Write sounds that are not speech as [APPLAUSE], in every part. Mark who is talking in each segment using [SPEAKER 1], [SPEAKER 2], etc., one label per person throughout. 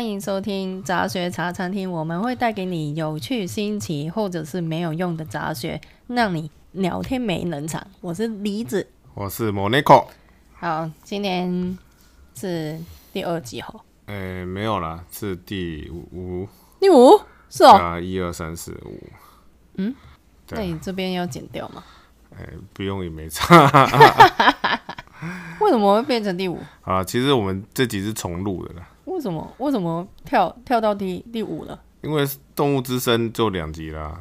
[SPEAKER 1] 迎收听杂学茶餐厅，我们会带给你有趣、新奇或者是没有用的杂学，让你聊天没冷场。我是梨子，
[SPEAKER 2] 我是 Monaco，
[SPEAKER 1] 好，今天是第二集吼，
[SPEAKER 2] 诶、没有啦，是第五五
[SPEAKER 1] 第五是哦，
[SPEAKER 2] 啊，一二三四五，对啊
[SPEAKER 1] 那你这边要剪掉吗？
[SPEAKER 2] 诶、不用也没差 [LAUGHS]
[SPEAKER 1] 为什么会变成第五？
[SPEAKER 2] 啊。其实我们这集是重录的啦，
[SPEAKER 1] 为什么为什么跳跳到第第五了？
[SPEAKER 2] 因为《动物之声》就两集啦，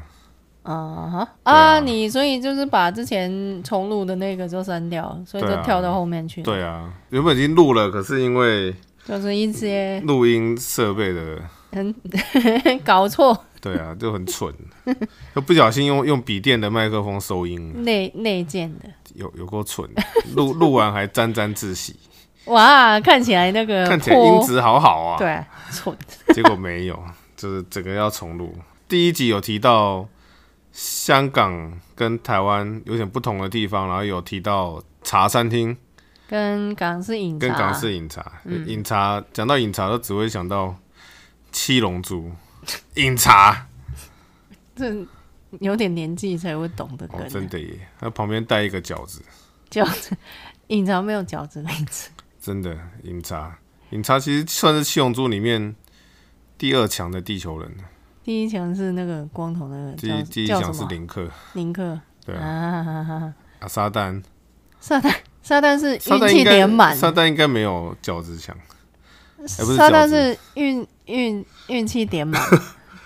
[SPEAKER 1] 啊哈
[SPEAKER 2] 对啊
[SPEAKER 1] 啊！你所以就是把之前重录的那个就删掉了，所以就
[SPEAKER 2] 对啊
[SPEAKER 1] 跳到后面去了，
[SPEAKER 2] 对啊，原本已经录了，可是因为
[SPEAKER 1] 就是一些
[SPEAKER 2] 录音设备的，
[SPEAKER 1] 很 [LAUGHS] 搞错
[SPEAKER 2] 对啊，就很蠢，就不小心用用笔电的麦克风收音，
[SPEAKER 1] 内内建的。
[SPEAKER 2] 有有够蠢，录录完还沾沾自喜，
[SPEAKER 1] 哇，看起来那个
[SPEAKER 2] 看起来音
[SPEAKER 1] 坡
[SPEAKER 2] 质好好啊，
[SPEAKER 1] 对蠢，
[SPEAKER 2] [LAUGHS] 结果没有，就是整个要重录。第一集有提到香港跟台湾有点不同的地方，然后有提到茶餐厅
[SPEAKER 1] 跟港式饮茶，
[SPEAKER 2] 跟港式饮茶。
[SPEAKER 1] 嗯
[SPEAKER 2] 饮茶讲到饮茶，都只会想到七
[SPEAKER 1] [LAUGHS]
[SPEAKER 2] 龙珠饮茶。
[SPEAKER 1] 这有点年纪才会懂的梗
[SPEAKER 2] 哦
[SPEAKER 1] 啊、，
[SPEAKER 2] 真的耶！它旁边带一个饺子，
[SPEAKER 1] 饺子饮茶没有饺子那一次，
[SPEAKER 2] 真的饮茶。饮茶其实算是七龙珠里面第二强的地球人，
[SPEAKER 1] [LAUGHS] 第一强是那个光头那个
[SPEAKER 2] 第一
[SPEAKER 1] 叫
[SPEAKER 2] 第一
[SPEAKER 1] 叫
[SPEAKER 2] 强
[SPEAKER 1] 什
[SPEAKER 2] 是
[SPEAKER 1] 么
[SPEAKER 2] 林克，
[SPEAKER 1] 林克
[SPEAKER 2] 对啊，
[SPEAKER 1] 啊，
[SPEAKER 2] 啊撒旦，
[SPEAKER 1] 撒旦撒旦是
[SPEAKER 2] 撒
[SPEAKER 1] 运
[SPEAKER 2] 旦应
[SPEAKER 1] 气
[SPEAKER 2] 该
[SPEAKER 1] 点满，
[SPEAKER 2] 撒旦应该没有饺子强。哎不是
[SPEAKER 1] 撒旦
[SPEAKER 2] 饺子
[SPEAKER 1] 是运运运气点
[SPEAKER 2] [LAUGHS]
[SPEAKER 1] 满，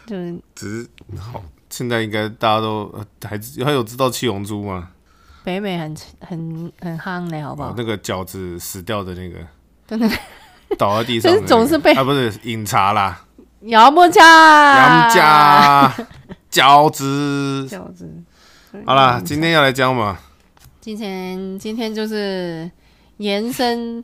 [SPEAKER 1] 就是
[SPEAKER 2] 只是好，现在应该大家都呃还知还有知道七龙珠吗？
[SPEAKER 1] 北美很很很夯嘞，好不
[SPEAKER 2] 哦
[SPEAKER 1] 好？
[SPEAKER 2] 那个饺子死掉的那个，
[SPEAKER 1] 真的
[SPEAKER 2] 倒在地上的那
[SPEAKER 1] 就是
[SPEAKER 2] 个，
[SPEAKER 1] 总是被啊
[SPEAKER 2] 啊不是饮茶啦，
[SPEAKER 1] 杨木家，
[SPEAKER 2] 杨家饺子。
[SPEAKER 1] 饺子。
[SPEAKER 2] 好啦，今天要来讲嘛，
[SPEAKER 1] 今天今天就是延伸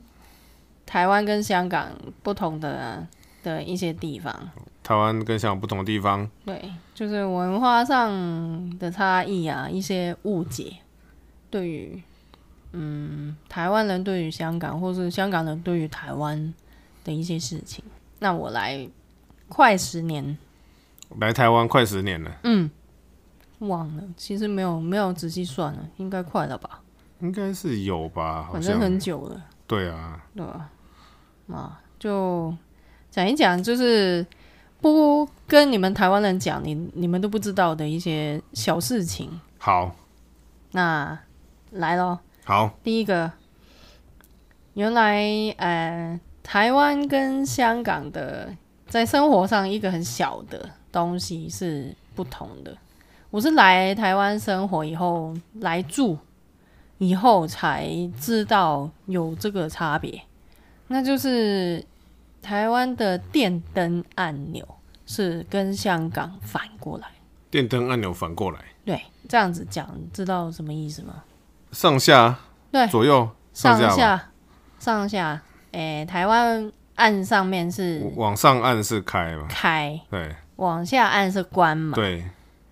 [SPEAKER 1] 台湾跟香港不同的的一些地方，
[SPEAKER 2] 台湾跟香港不同的地方，
[SPEAKER 1] 对，就是文化上的差异啊，一些误解，对于嗯台湾人对于香港，或是香港人对于台湾的一些事情。那我来快十年
[SPEAKER 2] 来台湾快十年了，
[SPEAKER 1] 忘了，其实没有没有仔细算了，应该快了吧，
[SPEAKER 2] 应该是有吧？好
[SPEAKER 1] 反正很
[SPEAKER 2] 像
[SPEAKER 1] 久了。
[SPEAKER 2] 对啊，
[SPEAKER 1] 对吧？啊，就讲一讲，就是不跟你们台湾人讲，你你们都不知道的一些小事情。
[SPEAKER 2] 好
[SPEAKER 1] 那来咯，
[SPEAKER 2] 好
[SPEAKER 1] 第一个，原来呃，台湾跟香港的在生活上一个很小的东西是不同的。我是来台湾生活以后来住，以后才知道有这个差别，那就是台湾的电灯按钮是跟香港反过来。
[SPEAKER 2] 电灯按钮反过来，
[SPEAKER 1] 对，这样子讲，知道什么意思吗？
[SPEAKER 2] 上下
[SPEAKER 1] 对，
[SPEAKER 2] 左右
[SPEAKER 1] 上
[SPEAKER 2] 下吧
[SPEAKER 1] 下上下，诶、台湾按上面是
[SPEAKER 2] 往上按是开嘛？
[SPEAKER 1] 开，
[SPEAKER 2] 对
[SPEAKER 1] 往下按是关嘛。
[SPEAKER 2] 对，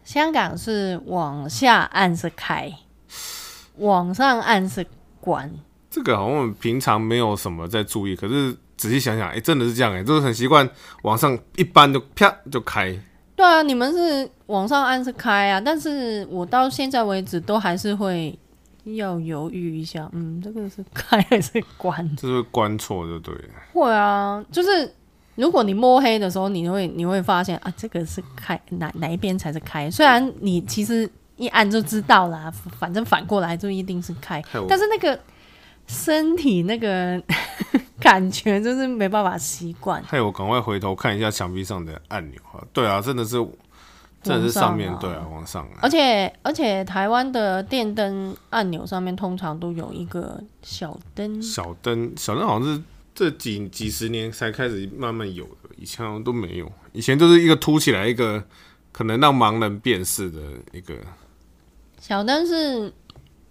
[SPEAKER 1] 香港是往下按是开，往上按是关。
[SPEAKER 2] 这个好像我们平常没有什么在注意，可是仔细想想，哎、真的是这样哎、就是很习惯往上一扳就啪就开，
[SPEAKER 1] 对啊，你们是往上按是开啊，但是我到现在为止都还是会要犹豫一下，嗯，这个是开还是关？
[SPEAKER 2] 就是会关错就对了。
[SPEAKER 1] 会啊，就是如果你摸黑的时候，你会你会发现啊，这个是开哪哪一边才是开。虽然你其实一按就知道啦，反正反过来就一定是开
[SPEAKER 2] 害我，
[SPEAKER 1] 但是那个身体那个 [LAUGHS] 感觉就是没办法习惯。
[SPEAKER 2] 害我赶快回头看一下墙壁上的按钮啊！对啊，真的是，真的是上面
[SPEAKER 1] 往上啊
[SPEAKER 2] 对啊，往上啊，
[SPEAKER 1] 而且而且，台湾的电灯按钮上面通常都有一个小灯，
[SPEAKER 2] 小灯小灯好像是这几几十年才开始慢慢有的，以前好像都没有，以前就是一个凸起来一个。可能让盲人辨识的一个，
[SPEAKER 1] 小灯是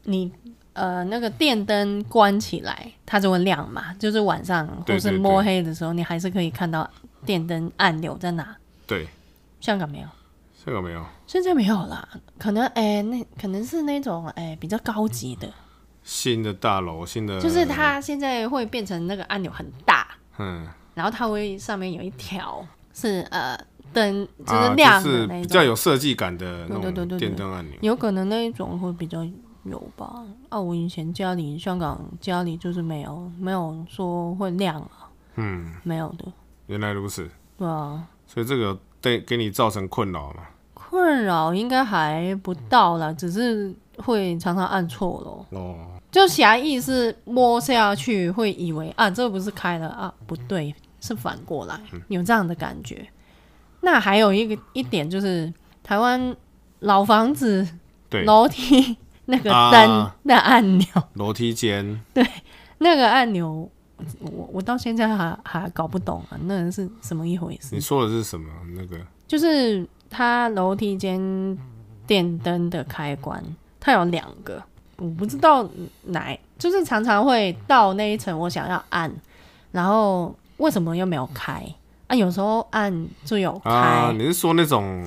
[SPEAKER 1] 你呃那个电灯关起来，它就会亮嘛，就是晚上
[SPEAKER 2] 对
[SPEAKER 1] 或是
[SPEAKER 2] 对对
[SPEAKER 1] 摸黑的时候，你还是可以看到电灯按钮在哪。
[SPEAKER 2] 对，
[SPEAKER 1] 香港没有，
[SPEAKER 2] 这个没有
[SPEAKER 1] 现在没有啦，可能 [LAUGHS] 哎、那可能是那种哎、比较高级的，
[SPEAKER 2] 新的大楼，新的
[SPEAKER 1] 就是它现在会变成那个按钮很大，
[SPEAKER 2] 嗯，
[SPEAKER 1] 然后它会上面有一条是呃灯，就
[SPEAKER 2] 啊，
[SPEAKER 1] 是亮
[SPEAKER 2] 就
[SPEAKER 1] 的
[SPEAKER 2] 是
[SPEAKER 1] 那一
[SPEAKER 2] 比
[SPEAKER 1] 种，
[SPEAKER 2] 较有设计感的那
[SPEAKER 1] 对对对
[SPEAKER 2] 种
[SPEAKER 1] 对
[SPEAKER 2] 电灯按钮。
[SPEAKER 1] 有可能那一种会比较有吧。啊，我以前家里香港家里就是没有没有说会亮啊，
[SPEAKER 2] 嗯，
[SPEAKER 1] 没有的，
[SPEAKER 2] 原来如此，
[SPEAKER 1] 对啊。
[SPEAKER 2] 所以这个对给你造成困扰嘛？
[SPEAKER 1] 困扰应该还不到啦，只是会常常按错咯。
[SPEAKER 2] 哦，
[SPEAKER 1] 就狭义是摸下去会以为啊，这不是开了啊，不对，是反过来，
[SPEAKER 2] 嗯
[SPEAKER 1] 有这样的感觉。那还有一个一点就是，台湾老房子
[SPEAKER 2] 对，
[SPEAKER 1] 楼梯那个
[SPEAKER 2] 啊
[SPEAKER 1] 灯那按钮，
[SPEAKER 2] 楼梯间
[SPEAKER 1] 那个按钮，我我到现在还还搞不懂啊，那是什么一回事？
[SPEAKER 2] 你说的是什么？那个
[SPEAKER 1] 就是它楼梯间电灯的开关，它有两个，我不知道哪，就是常常会到那一层我想要按，然后为什么又没有开？啊，有时候按就有开，
[SPEAKER 2] 啊，你是说那种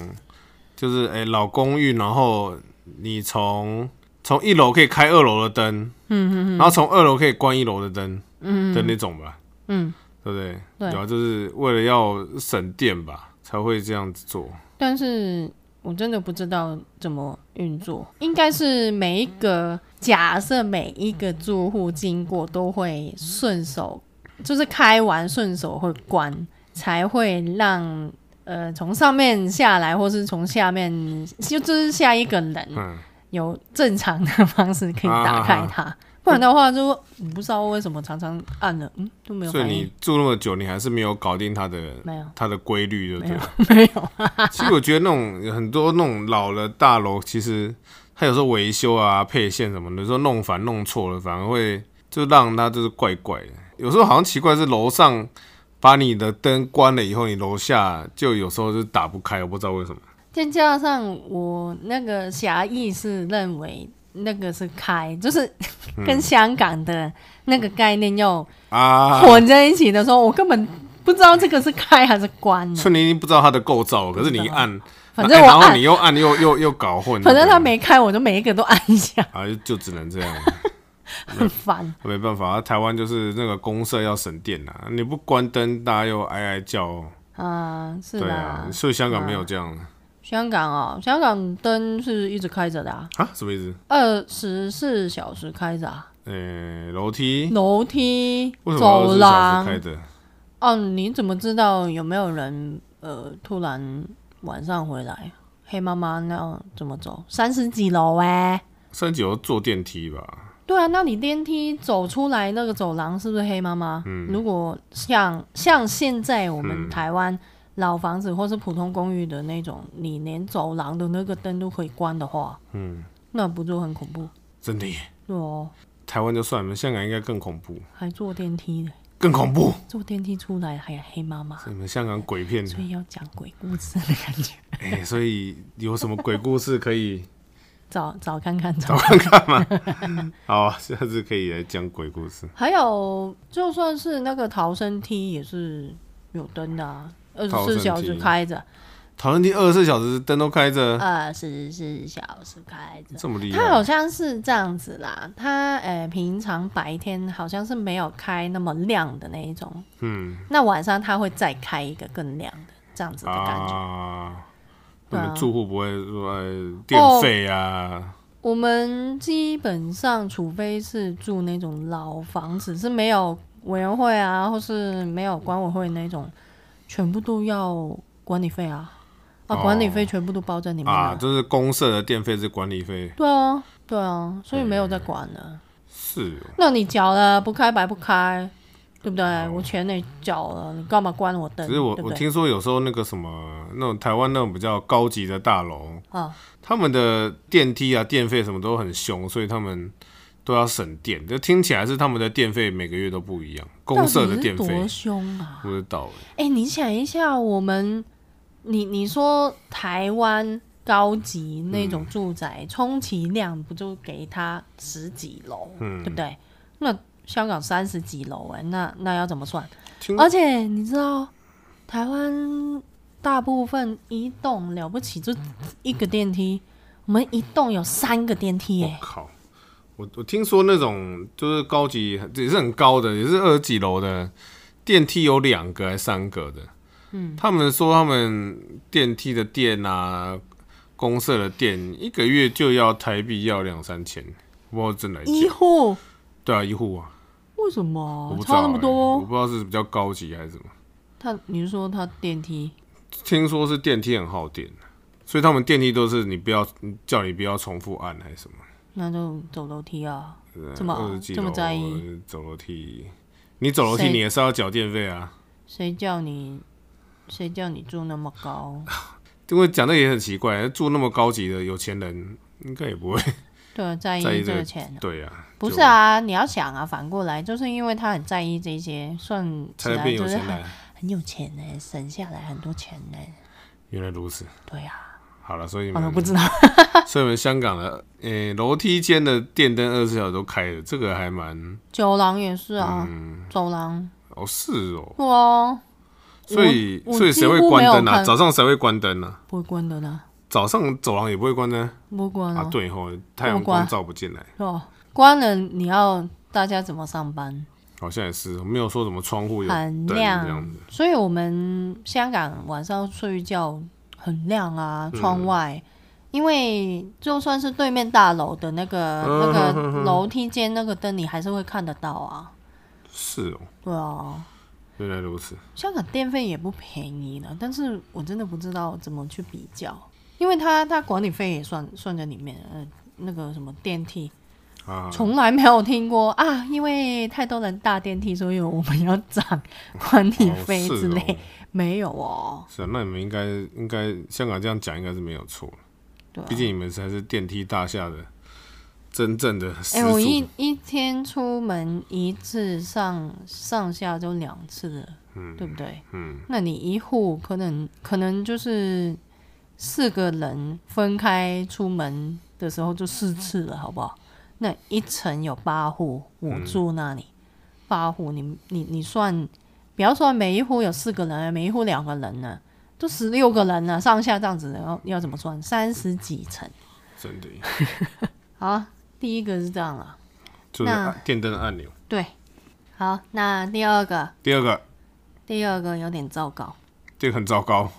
[SPEAKER 2] 就是哎、老公寓，然后你从从一楼可以开二楼的灯，嗯嗯，然后从二楼可以关一楼的灯，嗯的那种吧，
[SPEAKER 1] 嗯，
[SPEAKER 2] 对不对？
[SPEAKER 1] 对
[SPEAKER 2] 然后就是为了要省电吧，才会这样子做。
[SPEAKER 1] 但是我真的不知道怎么运作，应该是每一个假设每一个住户经过都会顺手，就是开完顺手会关，才会让呃从上面下来，或是从下面就就是下一个人
[SPEAKER 2] 嗯，
[SPEAKER 1] 有正常的方式可以打开
[SPEAKER 2] 啊
[SPEAKER 1] 它。不然的话就，我不知道为什么常常按了，嗯，都没有
[SPEAKER 2] 所以
[SPEAKER 1] 反应
[SPEAKER 2] 你，住那么久，你还是没有搞定它的
[SPEAKER 1] 没有，
[SPEAKER 2] 它的规律，对不对？
[SPEAKER 1] 没有， [LAUGHS]
[SPEAKER 2] [LAUGHS] 其实我觉得那种很多那种老的大楼，其实它有时候维修啊、配线什么的，有时候弄反弄错了，反而会就让它就是怪怪的。有时候好像奇怪是楼上把你的灯关了以后，你楼下就有时候就打不开，我不知道为什么。
[SPEAKER 1] 再加上我那个狭义是认为那个是开，就是
[SPEAKER 2] 嗯
[SPEAKER 1] 跟香港的那个概念又
[SPEAKER 2] 啊，
[SPEAKER 1] 混在一起的时候，我根本不知道这个是开还是关呢。
[SPEAKER 2] 所以你已经不知道它的构造，可是你一按，
[SPEAKER 1] 反正
[SPEAKER 2] 哎
[SPEAKER 1] 我
[SPEAKER 2] 然后
[SPEAKER 1] 按
[SPEAKER 2] 你，又按又又又搞混，
[SPEAKER 1] 反正它没开，我就每一个都按一下，
[SPEAKER 2] 啊，就就只能这样。
[SPEAKER 1] 很烦。
[SPEAKER 2] 没办法，啊台湾就是那个公社要省电呐、你不关灯，大家又哀哀叫、哦。
[SPEAKER 1] 啊、是
[SPEAKER 2] 对
[SPEAKER 1] 啦、
[SPEAKER 2] 啊，所以香港没有这样
[SPEAKER 1] 香港哦，香港灯是一直开着的、啊，
[SPEAKER 2] 啊？什么意思？
[SPEAKER 1] 二十四小时开着、啊，
[SPEAKER 2] 呃，楼梯
[SPEAKER 1] 楼梯、
[SPEAKER 2] 为什么
[SPEAKER 1] 走
[SPEAKER 2] 24小时
[SPEAKER 1] 廊，
[SPEAKER 2] 开的？
[SPEAKER 1] 哦，你怎么知道有没有人呃突然晚上回来？黑妈妈那样怎么走？三十几楼哎、
[SPEAKER 2] 三九坐电梯吧？
[SPEAKER 1] 对啊，那你电梯走出来那个走廊是不是黑妈妈？嗯，如果像像现在我们台湾老房子或是普通公寓的那种，你连走廊的那个灯都可以关的话，
[SPEAKER 2] 嗯，
[SPEAKER 1] 那不就很恐怖？
[SPEAKER 2] 真的耶！
[SPEAKER 1] 对哦，
[SPEAKER 2] 台湾就算了，香港应该更恐怖，
[SPEAKER 1] 还坐电梯呢，
[SPEAKER 2] 更恐怖。
[SPEAKER 1] 坐电梯出来还有黑妈妈，
[SPEAKER 2] 你们香港鬼片，
[SPEAKER 1] 所以要讲鬼故事的感觉， [LAUGHS]
[SPEAKER 2] 哎、所以有什么鬼故事可以 [LAUGHS]
[SPEAKER 1] 找找看看，找
[SPEAKER 2] 找看看吗？好，啊下次可以来讲鬼故事。
[SPEAKER 1] 还有，就算是那个逃生梯也是有灯的、啊，二十
[SPEAKER 2] 逃生
[SPEAKER 1] 四
[SPEAKER 2] 梯
[SPEAKER 1] 小时开着，
[SPEAKER 2] 讨论第二十四小时灯都开着，
[SPEAKER 1] 二十四小时开着。
[SPEAKER 2] 嗯这么厉
[SPEAKER 1] 它好
[SPEAKER 2] 害？
[SPEAKER 1] 像是这样子啦，它呃平常白天好像是没有开那么亮的那一种，
[SPEAKER 2] 嗯。
[SPEAKER 1] 那晚上它会再开一个更亮的这样子的感觉。
[SPEAKER 2] 啊，你
[SPEAKER 1] 对啊
[SPEAKER 2] 们住户不会说、呃、电费啊？
[SPEAKER 1] 我们基本上除非是住那种老房子，是没有委员会啊，或是没有管委会那种，全部都要管理费啊，啊，
[SPEAKER 2] 哦
[SPEAKER 1] 管理费全部都包在里面
[SPEAKER 2] 啊，
[SPEAKER 1] 了。
[SPEAKER 2] 就是公社的电费是管理费，
[SPEAKER 1] 对啊，对啊，所以没有在管了。
[SPEAKER 2] 是哦
[SPEAKER 1] 那你缴了，不开白不开，对不对？我钱也缴了，你干嘛关我灯？
[SPEAKER 2] 只是我
[SPEAKER 1] 对不
[SPEAKER 2] 我
[SPEAKER 1] 对？
[SPEAKER 2] 听说有时候那个什么那种台湾那种比较高级的大楼，
[SPEAKER 1] 啊，
[SPEAKER 2] 他们的电梯啊电费什么都很凶，所以他们都要省电。就听起来是他们的电费每个月都不一样，公社的电
[SPEAKER 1] 到底是
[SPEAKER 2] 费
[SPEAKER 1] 多凶啊！
[SPEAKER 2] 不知道欸
[SPEAKER 1] 哎、你想一下，我们，你你说台湾高级
[SPEAKER 2] 嗯
[SPEAKER 1] 那种住宅，充其量不就给他十几楼，
[SPEAKER 2] 嗯
[SPEAKER 1] 对不对？那香港三十几楼，哎，那那要怎么算？
[SPEAKER 2] 听
[SPEAKER 1] 而且你知道，台湾大部分一栋了不起就一个电梯，我们一栋有三个电梯、
[SPEAKER 2] 我
[SPEAKER 1] 哎，
[SPEAKER 2] 哦靠！我我听说那种就是高级也是很高的，也是二十几楼的，电梯有两个还三个的，嗯，他们说他们电梯的电啊，公社的电一个月就要台币要两三千，不知道真来假
[SPEAKER 1] 医护
[SPEAKER 2] 对啊，医护啊，
[SPEAKER 1] 为什
[SPEAKER 2] 我
[SPEAKER 1] 么
[SPEAKER 2] 不知道、
[SPEAKER 1] 哦差那么
[SPEAKER 2] 欸我
[SPEAKER 1] 多？
[SPEAKER 2] 不知道是比较高级还是什么。
[SPEAKER 1] 他你是说他电梯？
[SPEAKER 2] 听说是电梯很耗电，所以他们电梯都是你不要叫你不要重复按还是什么。
[SPEAKER 1] 那就走楼梯啊，这么
[SPEAKER 2] 二十几
[SPEAKER 1] 这
[SPEAKER 2] 楼啊
[SPEAKER 1] 么在意？
[SPEAKER 2] 走楼梯，你走楼梯
[SPEAKER 1] 谁
[SPEAKER 2] 你也是要缴电费啊。
[SPEAKER 1] 谁叫你谁叫你住那么高？
[SPEAKER 2] 因为讲的也很奇怪，住那么高级的有钱人应该也不会
[SPEAKER 1] 对
[SPEAKER 2] [LAUGHS]
[SPEAKER 1] 啊，在
[SPEAKER 2] 在意
[SPEAKER 1] 意
[SPEAKER 2] 这
[SPEAKER 1] 这
[SPEAKER 2] 个
[SPEAKER 1] 个钱啊，
[SPEAKER 2] [LAUGHS] 对啊，
[SPEAKER 1] 不是
[SPEAKER 2] 就
[SPEAKER 1] 啊？你要想啊，反过来就是因为他很在意这些，算起
[SPEAKER 2] 才
[SPEAKER 1] 来
[SPEAKER 2] 变
[SPEAKER 1] 就
[SPEAKER 2] 有
[SPEAKER 1] 是
[SPEAKER 2] 钱
[SPEAKER 1] 很
[SPEAKER 2] 人。
[SPEAKER 1] 很有钱呢、省下来很多钱呢、
[SPEAKER 2] 原来如此，
[SPEAKER 1] 对啊，
[SPEAKER 2] 好了，所以你
[SPEAKER 1] 我
[SPEAKER 2] 们
[SPEAKER 1] 们不知 [LAUGHS] 道，
[SPEAKER 2] 所以我们香港的诶楼梯间的电灯二十四小时都开着，这个还蛮
[SPEAKER 1] 走廊也是啊，
[SPEAKER 2] 嗯
[SPEAKER 1] 走廊
[SPEAKER 2] 哦是哦，
[SPEAKER 1] 哇，
[SPEAKER 2] 所以
[SPEAKER 1] 我
[SPEAKER 2] 所以谁会
[SPEAKER 1] 几乎
[SPEAKER 2] 关
[SPEAKER 1] 没有
[SPEAKER 2] 灯啊？
[SPEAKER 1] 看
[SPEAKER 2] 早上谁会关灯啊？
[SPEAKER 1] 不会关的呢，
[SPEAKER 2] 早上走廊也不会关灯
[SPEAKER 1] 不会关
[SPEAKER 2] 啊
[SPEAKER 1] 哦，，
[SPEAKER 2] 对吼，太阳光照不进来，
[SPEAKER 1] 是吧？关了你要大家怎么上班？
[SPEAKER 2] 好像也是没有说什么窗户有
[SPEAKER 1] 很
[SPEAKER 2] 灯这样
[SPEAKER 1] 亮
[SPEAKER 2] 子，，
[SPEAKER 1] 所以我们香港晚上睡觉很亮啊，
[SPEAKER 2] 嗯
[SPEAKER 1] 窗外。因为就算是对面大楼的那个、
[SPEAKER 2] 嗯
[SPEAKER 1] 那
[SPEAKER 2] 哼哼
[SPEAKER 1] 个
[SPEAKER 2] [LAUGHS] 哼
[SPEAKER 1] 楼梯间那个灯，你还是会看得到啊。
[SPEAKER 2] 是哦，
[SPEAKER 1] 对啊，
[SPEAKER 2] 原来如此，
[SPEAKER 1] 香港电费也不便宜呢，但是我真的不知道怎么去比较，因为它它管理费也算算在里面，呃，那个什么电梯，
[SPEAKER 2] 啊，
[SPEAKER 1] 从来没有听过啊，因为太多人搭电梯，所以我们要涨管理
[SPEAKER 2] 哦
[SPEAKER 1] 费
[SPEAKER 2] 是
[SPEAKER 1] 之类，
[SPEAKER 2] 哦
[SPEAKER 1] 没有哦。
[SPEAKER 2] 是啊，那你们应该应该香港这样讲应该是没有错，
[SPEAKER 1] 对啊、
[SPEAKER 2] 毕竟你们才是电梯大厦的真正的始
[SPEAKER 1] 哎、
[SPEAKER 2] 祖。
[SPEAKER 1] 我一一天出门一次上上下就两次了，对不对？
[SPEAKER 2] 嗯，
[SPEAKER 1] 那你一户可能可能就是四个人分开出门的时候就四次了，好不好？那一层有八户，我住那
[SPEAKER 2] 嗯
[SPEAKER 1] 里、八户，你你你算，不要说每一户有四个人，啊每一户两个人呢，都十六个人呢，上下这样子要要怎么算？三十几层，
[SPEAKER 2] 真的
[SPEAKER 1] 好啊，第一个是这样啊。
[SPEAKER 2] 就是
[SPEAKER 1] 那
[SPEAKER 2] 按电灯按钮。
[SPEAKER 1] 对，好，那第二个，
[SPEAKER 2] 第二个，
[SPEAKER 1] 第二个有点糟糕， [LAUGHS]
[SPEAKER 2] 这个很糟糕，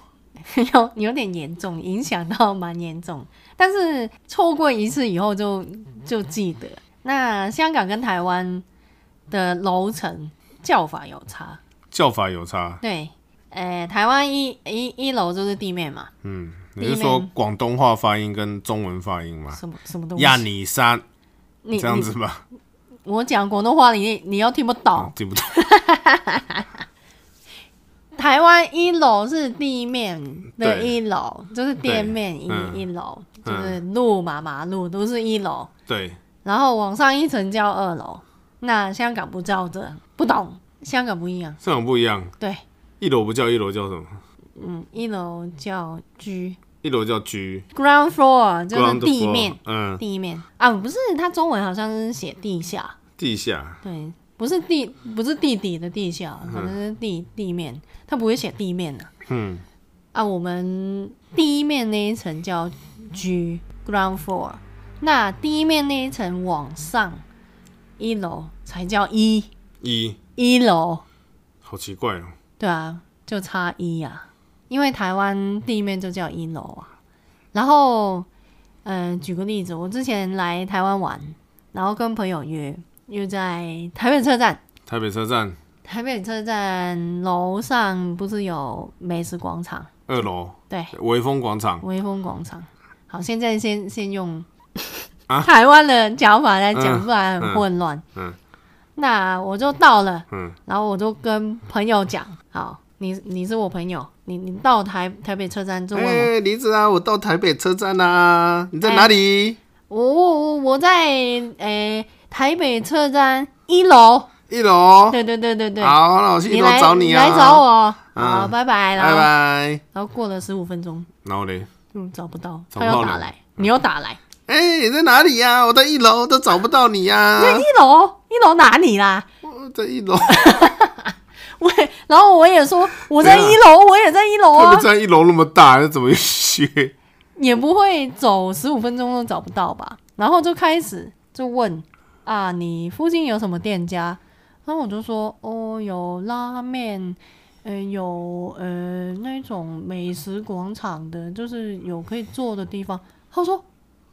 [SPEAKER 1] 有有点严重，影响到蛮严重。但是错过一次以后就就记得。那香港跟台湾的楼层叫法有差，
[SPEAKER 2] 叫法有差。
[SPEAKER 1] 对，呃，台湾一一一楼就是地面嘛，
[SPEAKER 2] 嗯，
[SPEAKER 1] 地
[SPEAKER 2] 你是说
[SPEAKER 1] 面
[SPEAKER 2] 广东话发音跟中文发音吗？
[SPEAKER 1] 什么什么东西，
[SPEAKER 2] 亚你山
[SPEAKER 1] 你
[SPEAKER 2] 这样子吧，
[SPEAKER 1] 你
[SPEAKER 2] 嗯
[SPEAKER 1] 我讲广东话你你要哦听不懂，
[SPEAKER 2] 听不懂。
[SPEAKER 1] 台湾一楼是地面的
[SPEAKER 2] 对
[SPEAKER 1] 一楼，就是店面一、
[SPEAKER 2] 嗯
[SPEAKER 1] 一楼，就是路嘛，马路都是一楼，
[SPEAKER 2] 对，
[SPEAKER 1] 然后往上一层叫二楼。那香港不叫这，不懂，香港不一样。
[SPEAKER 2] 这种不一样。
[SPEAKER 1] 对，
[SPEAKER 2] 一楼不叫一楼叫什么？
[SPEAKER 1] 嗯，一楼叫 G，ground
[SPEAKER 2] 一楼叫 G，
[SPEAKER 1] floor 就是
[SPEAKER 2] ground
[SPEAKER 1] 地
[SPEAKER 2] floor，
[SPEAKER 1] 面，
[SPEAKER 2] 嗯，
[SPEAKER 1] 地面啊，不是，它中文好像是写地下，
[SPEAKER 2] 地下
[SPEAKER 1] 对，不是地，不是地底的地下，可能是地地面，它不会写地面的、
[SPEAKER 2] 嗯。
[SPEAKER 1] 啊，我们第一面那一层叫 G ground floor，那第一面那一层往上一楼才叫一
[SPEAKER 2] 一，
[SPEAKER 1] 一楼，
[SPEAKER 2] 好奇怪哦。
[SPEAKER 1] 对啊，就差一啊，因为台湾地面就叫一楼啊。然后，嗯、举个例子，我之前来台湾玩，然后跟朋友约约在台北车站，
[SPEAKER 2] 台北车站
[SPEAKER 1] 台北车站楼上不是有美食广场？
[SPEAKER 2] 二楼
[SPEAKER 1] 对，
[SPEAKER 2] 微风广场，
[SPEAKER 1] 威风广场。好，现在先先用
[SPEAKER 2] 啊
[SPEAKER 1] 台湾的讲法来讲，
[SPEAKER 2] 嗯
[SPEAKER 1] 不然很混乱。
[SPEAKER 2] 嗯
[SPEAKER 1] 那我就到了，
[SPEAKER 2] 嗯
[SPEAKER 1] 然后我就跟朋友讲，好，你你是我朋友，你你到台台北车站就问我，
[SPEAKER 2] 哎，梨子啊，我到台北车站啦、你在哪里？
[SPEAKER 1] 我我我我在诶、台北车站一楼，
[SPEAKER 2] 一楼。好，
[SPEAKER 1] 哎对对对对对，
[SPEAKER 2] 那我去一
[SPEAKER 1] 你
[SPEAKER 2] 楼
[SPEAKER 1] 来
[SPEAKER 2] 找你啊。
[SPEAKER 1] 来找
[SPEAKER 2] 我，
[SPEAKER 1] 我，
[SPEAKER 2] 嗯
[SPEAKER 1] 好，拜拜啦，
[SPEAKER 2] 拜。拜。
[SPEAKER 1] 然后过了十五分钟，
[SPEAKER 2] 然后嘞，
[SPEAKER 1] 嗯，找不到，
[SPEAKER 2] 找
[SPEAKER 1] 他
[SPEAKER 2] 不到
[SPEAKER 1] 又
[SPEAKER 2] 人
[SPEAKER 1] 打来，你又打来，
[SPEAKER 2] 哎、你在哪里呀、我在一楼都找不到你呀、
[SPEAKER 1] 在一楼一楼哪里啦？
[SPEAKER 2] 我在一楼，
[SPEAKER 1] [LAUGHS] 我也，然后我也说我在
[SPEAKER 2] 对啊
[SPEAKER 1] 一楼，我也在一楼
[SPEAKER 2] 他 [LAUGHS]
[SPEAKER 1] 啊
[SPEAKER 2] 们，在一楼那么大，那怎么
[SPEAKER 1] [LAUGHS]
[SPEAKER 2] 学？
[SPEAKER 1] 也不会走十五分钟都找不到吧。然后就开始就问啊，你附近有什么店家？然后我就说哦，有拉面，呃，有呃那种美食广场的，就是有可以坐的地方。他说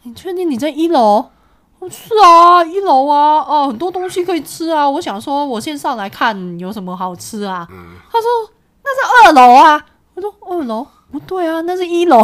[SPEAKER 1] 你确定你在一楼？我说是啊，一楼啊，哦、很多东西可以吃啊。我想说我先上来看有什么好吃啊。他说那是二楼啊。我说二楼不对啊，那是一楼。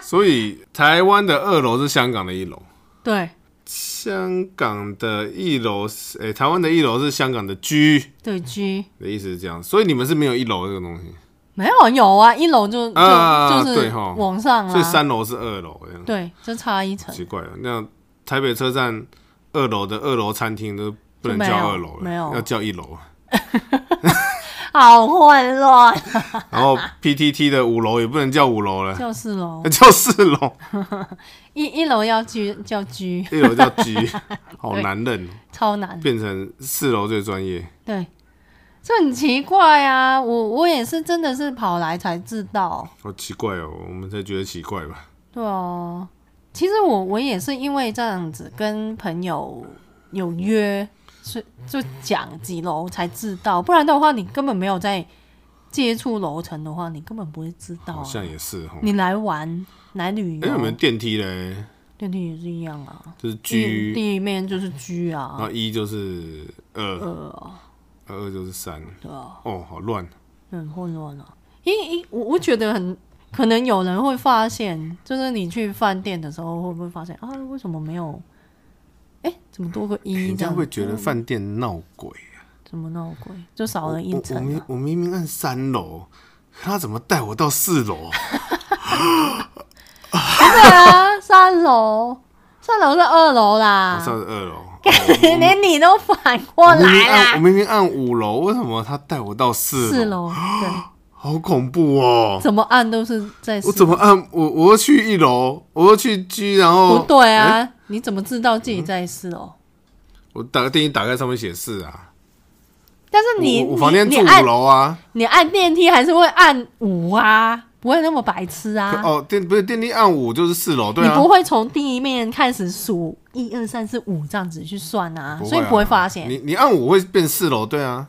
[SPEAKER 2] 所以台湾的二楼是香港的一楼，
[SPEAKER 1] 对
[SPEAKER 2] 香港的一楼是，诶、台湾的一楼是香港的 G
[SPEAKER 1] 对居。
[SPEAKER 2] 的意思是这样，所以你们是没有一楼这个东西，
[SPEAKER 1] 没有有啊，一楼就就、
[SPEAKER 2] 啊
[SPEAKER 1] 就
[SPEAKER 2] 对
[SPEAKER 1] 是
[SPEAKER 2] 吼
[SPEAKER 1] 往上
[SPEAKER 2] 所以
[SPEAKER 1] 啦，
[SPEAKER 2] 三楼是二楼这样，
[SPEAKER 1] 对，就差一层，
[SPEAKER 2] 奇怪了。那台北车站二楼的二楼餐厅都不能
[SPEAKER 1] 就没有
[SPEAKER 2] 叫二楼了，
[SPEAKER 1] 没有
[SPEAKER 2] 要叫一楼。
[SPEAKER 1] 好混乱，[LAUGHS]
[SPEAKER 2] 然后 PTT 的五楼也不能叫五楼了，
[SPEAKER 1] 就是喽
[SPEAKER 2] 要，叫四
[SPEAKER 1] [LAUGHS]
[SPEAKER 2] 楼，
[SPEAKER 1] 一一楼要居叫居，
[SPEAKER 2] 一楼叫
[SPEAKER 1] [LAUGHS]
[SPEAKER 2] G，好难认哦，
[SPEAKER 1] 超难，
[SPEAKER 2] 变成四楼最专业。
[SPEAKER 1] 对，这很奇怪啊，我我也是真的是跑来才知道，
[SPEAKER 2] 好奇怪哦，我们才觉得奇怪吧？
[SPEAKER 1] 对哦，其实我我也是因为这样子跟朋友有约，所以就讲几楼才知道，不然的话你根本没有在接触楼层的话，你根本不会知道、
[SPEAKER 2] 好
[SPEAKER 1] 啊。
[SPEAKER 2] 像也是哦。
[SPEAKER 1] 你哦来玩来旅
[SPEAKER 2] 哎、
[SPEAKER 1] 游，
[SPEAKER 2] 有没有电梯嘞？
[SPEAKER 1] 电梯也是一样啊。
[SPEAKER 2] 就是
[SPEAKER 1] 第
[SPEAKER 2] G，
[SPEAKER 1] 第一面就是 G
[SPEAKER 2] 然
[SPEAKER 1] 啊，
[SPEAKER 2] 后一就是二，
[SPEAKER 1] 呃，
[SPEAKER 2] 二就是三。
[SPEAKER 1] 对啊，
[SPEAKER 2] 哦，好乱。
[SPEAKER 1] 很混乱啊。因因我我觉得很可能有人会发现，就是你去饭店的时候会不会发现啊，为什么没有？哎、怎么多个一
[SPEAKER 2] 人
[SPEAKER 1] 这
[SPEAKER 2] 家
[SPEAKER 1] 样？
[SPEAKER 2] 会觉得饭店闹鬼啊、
[SPEAKER 1] 怎么闹鬼？就少
[SPEAKER 2] 我
[SPEAKER 1] 了一
[SPEAKER 2] 我我
[SPEAKER 1] 层、[LAUGHS]
[SPEAKER 2] 明
[SPEAKER 1] 啊。
[SPEAKER 2] 我明明按三楼，他怎么带我到四楼？
[SPEAKER 1] 对啊，三楼，三楼是二楼啦
[SPEAKER 2] 我。上二楼。哦
[SPEAKER 1] [LAUGHS] 连你都反过
[SPEAKER 2] 我明明
[SPEAKER 1] 来
[SPEAKER 2] 按我
[SPEAKER 1] 啦，
[SPEAKER 2] 明明按五楼，为什么他带我到四
[SPEAKER 1] 四
[SPEAKER 2] 楼？哦
[SPEAKER 1] 楼对，
[SPEAKER 2] 好恐怖哦！
[SPEAKER 1] 怎么按都是在四
[SPEAKER 2] 我怎么按？我我又去一楼，我又去 G，然后
[SPEAKER 1] 不对啊！你怎么知道自己在四楼？
[SPEAKER 2] 嗯我打个电梯打开，上面写四啊。
[SPEAKER 1] 但是你
[SPEAKER 2] 我我房间
[SPEAKER 1] 你
[SPEAKER 2] 住
[SPEAKER 1] 你按
[SPEAKER 2] 五楼啊。
[SPEAKER 1] 你按电梯还是会按五啊，不会那么白痴啊。
[SPEAKER 2] 可哦，电不是电梯按五就是四楼，对
[SPEAKER 1] 你
[SPEAKER 2] 啊。
[SPEAKER 1] 不会从第一面开始数一二三四五这样子去算啊，
[SPEAKER 2] 不会啊
[SPEAKER 1] 所以不会发现
[SPEAKER 2] 你你按五会变四楼，对啊。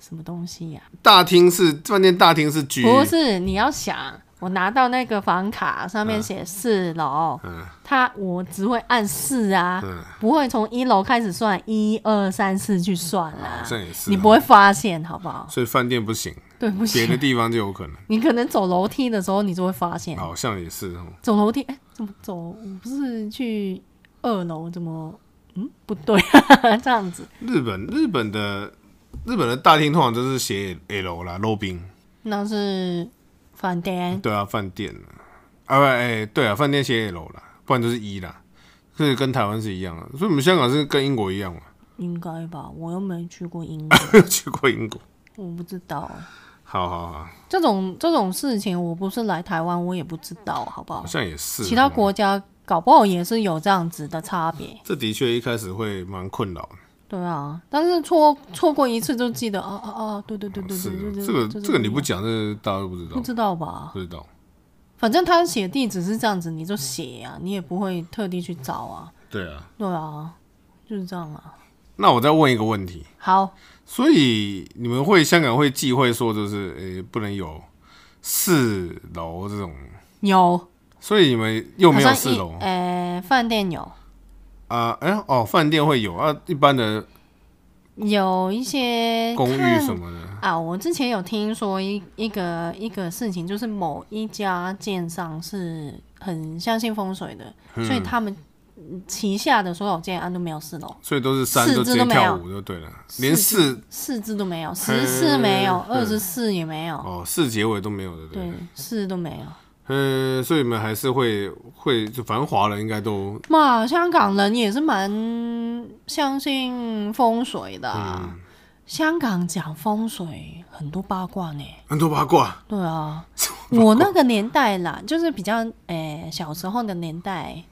[SPEAKER 1] 什么东西呀、
[SPEAKER 2] 大厅是饭店大厅是 G，
[SPEAKER 1] 不是，你要想，我拿到那个房卡上面写四楼，
[SPEAKER 2] 嗯
[SPEAKER 1] 它我只会按四啊，
[SPEAKER 2] 嗯，
[SPEAKER 1] 不会从一楼开始算一二三四去算啊
[SPEAKER 2] 好，像哦也是。
[SPEAKER 1] 你不，会发现好不好？
[SPEAKER 2] 所以饭店不行，
[SPEAKER 1] 对不啊
[SPEAKER 2] 别的
[SPEAKER 1] 起，
[SPEAKER 2] 地方就有可能，
[SPEAKER 1] 你可能走楼梯的时候你就会发现。
[SPEAKER 2] 好像也是哦。
[SPEAKER 1] 走楼梯，哎、怎么走？我不是去二楼，怎么？嗯，不对， [LAUGHS] 这样子。
[SPEAKER 2] 日本日本的日本的大厅通常都是写 L 啦，low 宾。
[SPEAKER 1] 那是饭店，
[SPEAKER 2] 对啊，饭店啊，啊不，哎、对啊，饭店写 L 啦，不然就是一啦，所以跟台湾是一样啊。所以我们香港是跟英国一样嘛， [LAUGHS]
[SPEAKER 1] 应该吧？我又没去过英国，
[SPEAKER 2] 没有去过英国。
[SPEAKER 1] 我不知道
[SPEAKER 2] 好好好，
[SPEAKER 1] 这种这种事情。我不是来台湾，我也不知道，好不好
[SPEAKER 2] 好？像也是。
[SPEAKER 1] 其他
[SPEAKER 2] 哦，
[SPEAKER 1] 国家搞不好也是有这样子的差别。
[SPEAKER 2] 这的确一开始会蛮困扰的。
[SPEAKER 1] 对啊，但是错错过一次就记得，哦哦哦，对对对对
[SPEAKER 2] 是啊
[SPEAKER 1] 对对，对
[SPEAKER 2] 这个
[SPEAKER 1] 就
[SPEAKER 2] 这个你
[SPEAKER 1] 样
[SPEAKER 2] 不讲，这大家都不知
[SPEAKER 1] 不
[SPEAKER 2] 道，
[SPEAKER 1] 知道吧？
[SPEAKER 2] 不知道。
[SPEAKER 1] 反正他写地址是这样子，你就写啊，你也不会特地去找啊。
[SPEAKER 2] 对啊，
[SPEAKER 1] 对啊，就是这样啊。
[SPEAKER 2] 那我再问一个问题，
[SPEAKER 1] 好，
[SPEAKER 2] 所以你们会香港会忌讳说就是，诶、不能有四楼这种，
[SPEAKER 1] 有
[SPEAKER 2] 所以你们又没有四楼
[SPEAKER 1] 好像一呃，饭店有，
[SPEAKER 2] 啊？哎、哦，饭店会有啊，一般的
[SPEAKER 1] 有一些
[SPEAKER 2] 公寓
[SPEAKER 1] 看
[SPEAKER 2] 什么的，
[SPEAKER 1] 啊。我之前有听说一一个一个事情，就是某一家建商是很相信风水的，所以他们嗯旗下的所有建安都没有四楼，
[SPEAKER 2] 所以都是三
[SPEAKER 1] 四
[SPEAKER 2] 就
[SPEAKER 1] 只
[SPEAKER 2] 直接
[SPEAKER 1] 都没有
[SPEAKER 2] 跳五就对了，连
[SPEAKER 1] 四
[SPEAKER 2] 四
[SPEAKER 1] 四字都没有，十四没有，二十四也没有，
[SPEAKER 2] 哦四结尾都没有的，对
[SPEAKER 1] 对
[SPEAKER 2] 了。，
[SPEAKER 1] 四都没有。
[SPEAKER 2] 嗯，所以你们还是会会就反正华人应该都
[SPEAKER 1] 嘛，香港人也是蛮相信风水的、啊。香港讲风水很多八卦呢。
[SPEAKER 2] 很嗯多八卦，
[SPEAKER 1] 对啊， [LAUGHS] 我那个年代啦，就是比较诶、小时候的年代，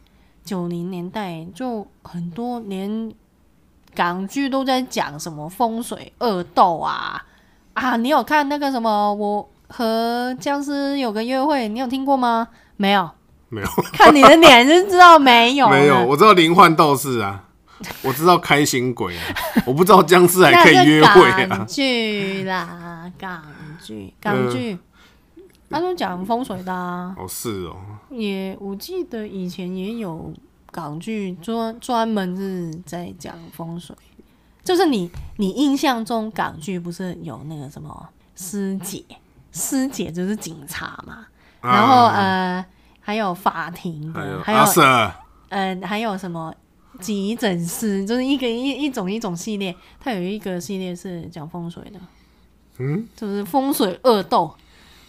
[SPEAKER 1] 九零年代就很多连港剧都在讲什么风水恶斗啊啊！你有看那个什么我和僵尸有个约会，你有听过吗？没有， [LAUGHS]
[SPEAKER 2] 没有，
[SPEAKER 1] 看你的脸就知道没有了。
[SPEAKER 2] 没有，我知道灵幻道士啊，我知道开心鬼
[SPEAKER 1] [LAUGHS]
[SPEAKER 2] 啊，我不知道僵尸还
[SPEAKER 1] 那
[SPEAKER 2] 可以
[SPEAKER 1] 是
[SPEAKER 2] 约会啊呃
[SPEAKER 1] 港。剧啦，港剧，港剧，他都讲风水的、啊，
[SPEAKER 2] 哦，是哦，
[SPEAKER 1] 也我记得以前也有港剧专专门是在讲风水，就是你你印象中港剧不是有那个什么师姐，师姐就是警察嘛，然后、
[SPEAKER 2] 啊
[SPEAKER 1] 呃还有法庭
[SPEAKER 2] 还有
[SPEAKER 1] 的，还有
[SPEAKER 2] 阿 Sir，
[SPEAKER 1] 嗯，还有什么急诊室，就是一个一一种一种系列，它有一个系列是讲风水的，
[SPEAKER 2] 嗯，
[SPEAKER 1] 就是风水恶斗，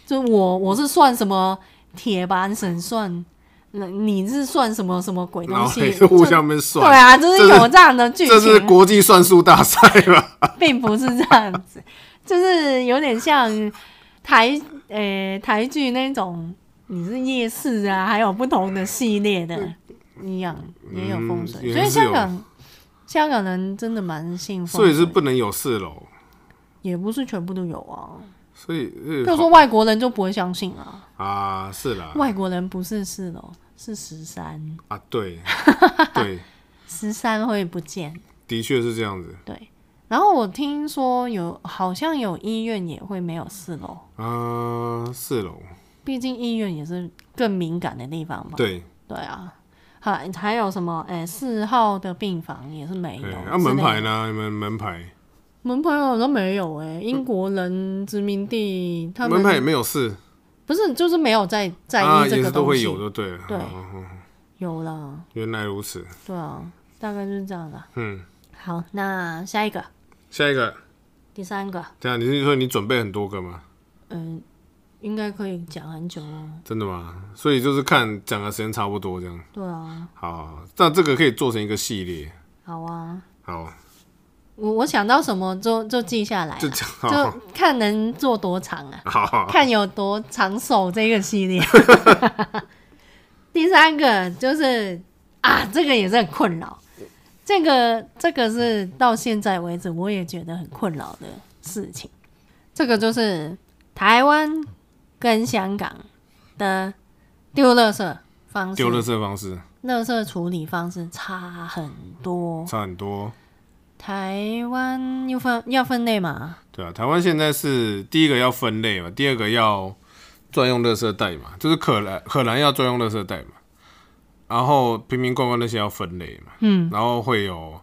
[SPEAKER 1] 就我我是算什么铁板神算，那你是算什么什么鬼
[SPEAKER 2] 然
[SPEAKER 1] 东
[SPEAKER 2] 后
[SPEAKER 1] 西
[SPEAKER 2] 也是？互
[SPEAKER 1] 就
[SPEAKER 2] 相边
[SPEAKER 1] 对
[SPEAKER 2] 算，
[SPEAKER 1] 啊，就
[SPEAKER 2] 这
[SPEAKER 1] 是
[SPEAKER 2] 是
[SPEAKER 1] 有这样的剧
[SPEAKER 2] 这是
[SPEAKER 1] 情，啊
[SPEAKER 2] 国际算术大赛
[SPEAKER 1] [LAUGHS]
[SPEAKER 2] 吧？
[SPEAKER 1] 并不是这样子，就是有点像台呃台剧那种，你是夜市啊，还有不同的系列的一样，也有风水，
[SPEAKER 2] 嗯
[SPEAKER 1] 所以
[SPEAKER 2] 也是
[SPEAKER 1] 香
[SPEAKER 2] 有
[SPEAKER 1] 港香港人真的蛮信风
[SPEAKER 2] 所
[SPEAKER 1] 水，
[SPEAKER 2] 以是不能有四楼，
[SPEAKER 1] 也不是全部都有啊，
[SPEAKER 2] 所以
[SPEAKER 1] 比
[SPEAKER 2] 比
[SPEAKER 1] 如说外国人就不会相信啊，
[SPEAKER 2] 啊，是啦，
[SPEAKER 1] 外国人不是四楼是十三，
[SPEAKER 2] 啊，
[SPEAKER 1] [LAUGHS]
[SPEAKER 2] 对对，
[SPEAKER 1] 十三会不见，
[SPEAKER 2] 的确是这样子
[SPEAKER 1] 对。然后我听说有好像有医院也会没有四楼，
[SPEAKER 2] 啊，四楼
[SPEAKER 1] 毕竟医院也是更敏感的地方嘛。
[SPEAKER 2] 对，
[SPEAKER 1] 对啊，还还有什么？哎、四号的病房也是没哎有
[SPEAKER 2] 对，
[SPEAKER 1] 之类的。
[SPEAKER 2] 啊，门牌呢？你们门牌，
[SPEAKER 1] 门牌好像没有哎、英国人殖民地他们
[SPEAKER 2] 门牌也没有四，
[SPEAKER 1] 不是就是没有在在
[SPEAKER 2] 啊，
[SPEAKER 1] 意
[SPEAKER 2] 也
[SPEAKER 1] 这
[SPEAKER 2] 是
[SPEAKER 1] 个
[SPEAKER 2] 都
[SPEAKER 1] 东
[SPEAKER 2] 会
[SPEAKER 1] 西。
[SPEAKER 2] 有就对了，
[SPEAKER 1] 对
[SPEAKER 2] 嗯嗯嗯
[SPEAKER 1] 有啦，
[SPEAKER 2] 原来如此，
[SPEAKER 1] 对啊，大概就是这样的。
[SPEAKER 2] 嗯，
[SPEAKER 1] 好，那下一个，
[SPEAKER 2] 下一个，
[SPEAKER 1] 第三个，
[SPEAKER 2] 这样你是说你准备很多个吗？
[SPEAKER 1] 嗯，应该可以讲很久哦。
[SPEAKER 2] 真的吗？所以就是看讲的时间差不多这样，
[SPEAKER 1] 对啊，
[SPEAKER 2] 好好，好那这个可以做成一个系列，
[SPEAKER 1] 好啊，
[SPEAKER 2] 好，
[SPEAKER 1] 我我想到什么就就记下来啊，
[SPEAKER 2] 就讲好，
[SPEAKER 1] 就看能做多长啊。
[SPEAKER 2] 好好，
[SPEAKER 1] 看有多长手这个系
[SPEAKER 2] [LAUGHS]
[SPEAKER 1] 列。第三个就是啊，这个也是很困扰，这个这个是到现在为止我也觉得很困扰的事情。这个就是台湾跟香港的丢垃圾方式、
[SPEAKER 2] 丢垃圾方式
[SPEAKER 1] 垃圾处理方式差很多。
[SPEAKER 2] 差很多。
[SPEAKER 1] 台湾要分要分类嘛？
[SPEAKER 2] 对啊，台湾现在是第一个要分类嘛，第二个要专用垃圾袋嘛，就是可燃可燃要专用垃圾袋嘛，然后瓶瓶罐罐那些要分类嘛，
[SPEAKER 1] 嗯，
[SPEAKER 2] 然后会有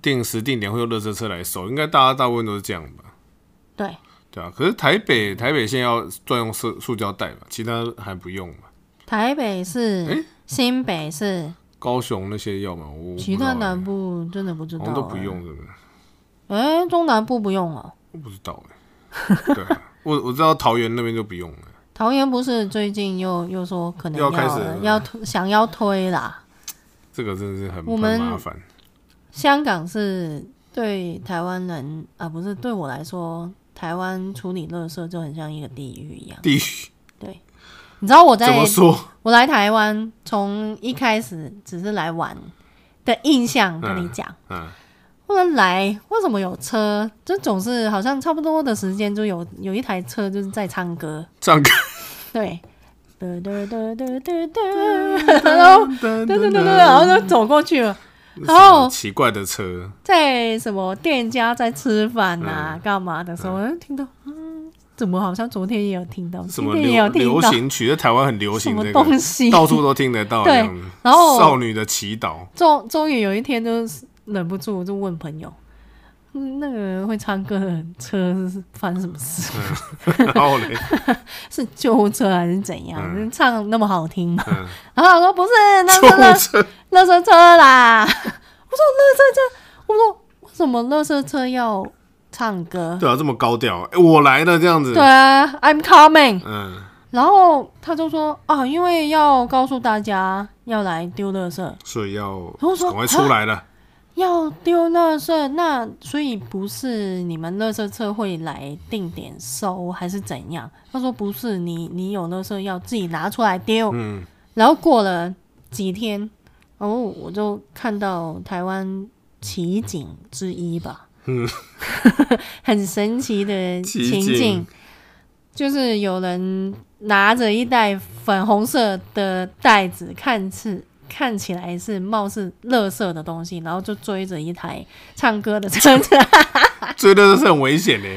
[SPEAKER 2] 定时定点会有垃圾车来收，应该大家大部分都是这样吧？
[SPEAKER 1] 对，
[SPEAKER 2] 对啊，可是台北台北现在要专用塑塑胶袋嘛，其他还不用嘛。
[SPEAKER 1] 台北市、
[SPEAKER 2] 诶
[SPEAKER 1] 新北市、
[SPEAKER 2] 高雄那些要嘛，我
[SPEAKER 1] 其他
[SPEAKER 2] 的
[SPEAKER 1] 南部真的不啊知道、
[SPEAKER 2] 啊
[SPEAKER 1] 啊
[SPEAKER 2] 好像都不。用，是不是？
[SPEAKER 1] 哎、中南部不用哦。
[SPEAKER 2] 我不知道哎、对啊、我我知道桃园那边就不用了。
[SPEAKER 1] 桃园不是最近又又说可能
[SPEAKER 2] 要开
[SPEAKER 1] 要
[SPEAKER 2] 始了
[SPEAKER 1] 要推想要推啦。
[SPEAKER 2] 这个真的是很
[SPEAKER 1] 我
[SPEAKER 2] 很
[SPEAKER 1] 们
[SPEAKER 2] 麻烦，
[SPEAKER 1] 香港是对台湾人啊，不是对我来说，台湾处理垃圾就很像一个地狱一样。
[SPEAKER 2] 地狱
[SPEAKER 1] 对，你知道我
[SPEAKER 2] 怎
[SPEAKER 1] 在
[SPEAKER 2] 么说？
[SPEAKER 1] 我来台湾从一开始只是来玩的印象跟你讲。 [LAUGHS]
[SPEAKER 2] 嗯，
[SPEAKER 1] 后来来为什么有车？就总是好像差不多的时间就有有一台车就是在唱歌，
[SPEAKER 2] 唱歌，
[SPEAKER 1] 对，嘟嘟嘟嘟嘟嘟，然后
[SPEAKER 2] 噔
[SPEAKER 1] 嘟嘟嘟嘟，然后就走过去了。然
[SPEAKER 2] 什么
[SPEAKER 1] 后
[SPEAKER 2] 奇怪的车，
[SPEAKER 1] 在什么店家在吃饭
[SPEAKER 2] 嗯
[SPEAKER 1] 呐、干嘛的时候，就听到，嗯，怎么好像昨天也有听到，
[SPEAKER 2] 什
[SPEAKER 1] 今
[SPEAKER 2] 么
[SPEAKER 1] 天也有
[SPEAKER 2] 流
[SPEAKER 1] 听
[SPEAKER 2] 流
[SPEAKER 1] 到，
[SPEAKER 2] 行曲，在台湾很流
[SPEAKER 1] 什
[SPEAKER 2] 行
[SPEAKER 1] 么
[SPEAKER 2] 这
[SPEAKER 1] 东
[SPEAKER 2] 个，
[SPEAKER 1] 西？
[SPEAKER 2] 到处都听得到
[SPEAKER 1] 对
[SPEAKER 2] 这样子。
[SPEAKER 1] 然后
[SPEAKER 2] 少女的
[SPEAKER 1] [LAUGHS]
[SPEAKER 2] 祈祷，
[SPEAKER 1] 终终于有一天，就是忍不住就问朋友。嗯那个会唱歌的车是发生什么事？
[SPEAKER 2] 嗯然后嘞，
[SPEAKER 1] 是救护车还是怎样？
[SPEAKER 2] 嗯
[SPEAKER 1] 唱那么好听吗？
[SPEAKER 2] 嗯
[SPEAKER 1] 然后他说不是，那
[SPEAKER 2] 救
[SPEAKER 1] 个
[SPEAKER 2] 护
[SPEAKER 1] 乐
[SPEAKER 2] 车，
[SPEAKER 1] 垃圾车啦！我 [LAUGHS] 说垃圾车，我说为什么垃圾车要唱歌？
[SPEAKER 2] 对啊，这么高调，哎我来了这样子
[SPEAKER 1] 对，啊，I'm coming。
[SPEAKER 2] 嗯，
[SPEAKER 1] 然后他就说啊，因为要告诉大家要来丢垃圾，
[SPEAKER 2] 所以要
[SPEAKER 1] 后说
[SPEAKER 2] 赶快出来了，
[SPEAKER 1] 要丢垃圾，那所以不是你们垃圾车会来定点收还是怎样？他说不是，你你有垃圾要自己拿出来丢。
[SPEAKER 2] 嗯，
[SPEAKER 1] 然后过了几天，哦，我就看到台湾奇景之一吧，
[SPEAKER 2] 嗯，
[SPEAKER 1] 很神奇的
[SPEAKER 2] 奇
[SPEAKER 1] 情
[SPEAKER 2] 景
[SPEAKER 1] 景，就是有人拿着一袋粉红色的袋子，看似看起来是貌似垃圾的东西，然后就追着一台唱歌的车子， [LAUGHS] 啊
[SPEAKER 2] 追的是很危险的、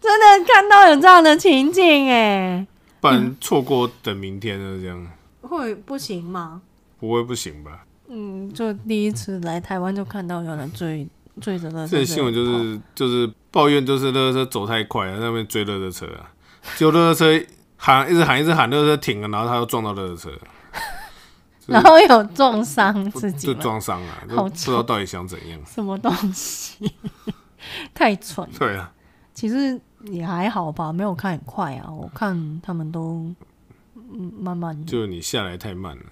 [SPEAKER 1] 真的看到有这样的情景哎，
[SPEAKER 2] 不然错过等明天了这样，
[SPEAKER 1] 会不行吗？
[SPEAKER 2] 不会不行吧？
[SPEAKER 1] 嗯，就第一次来台湾就看到有人追追着垃圾车跑，
[SPEAKER 2] 这新闻就是就是抱怨，就是乐车走太快了，在那边追乐车啊，结果乐车喊一直喊一直喊，乐车停了，然后他又撞到乐车，就是
[SPEAKER 1] 然后有重伤自己
[SPEAKER 2] 就
[SPEAKER 1] 吗，
[SPEAKER 2] 撞伤了，就
[SPEAKER 1] 好
[SPEAKER 2] 不知道到底想怎样。
[SPEAKER 1] 什么东西？ [LAUGHS] 太蠢！
[SPEAKER 2] 对啊，
[SPEAKER 1] 其实也还好吧，没有看很快啊。我看他们都嗯慢慢的。
[SPEAKER 2] 就是你下来太慢了，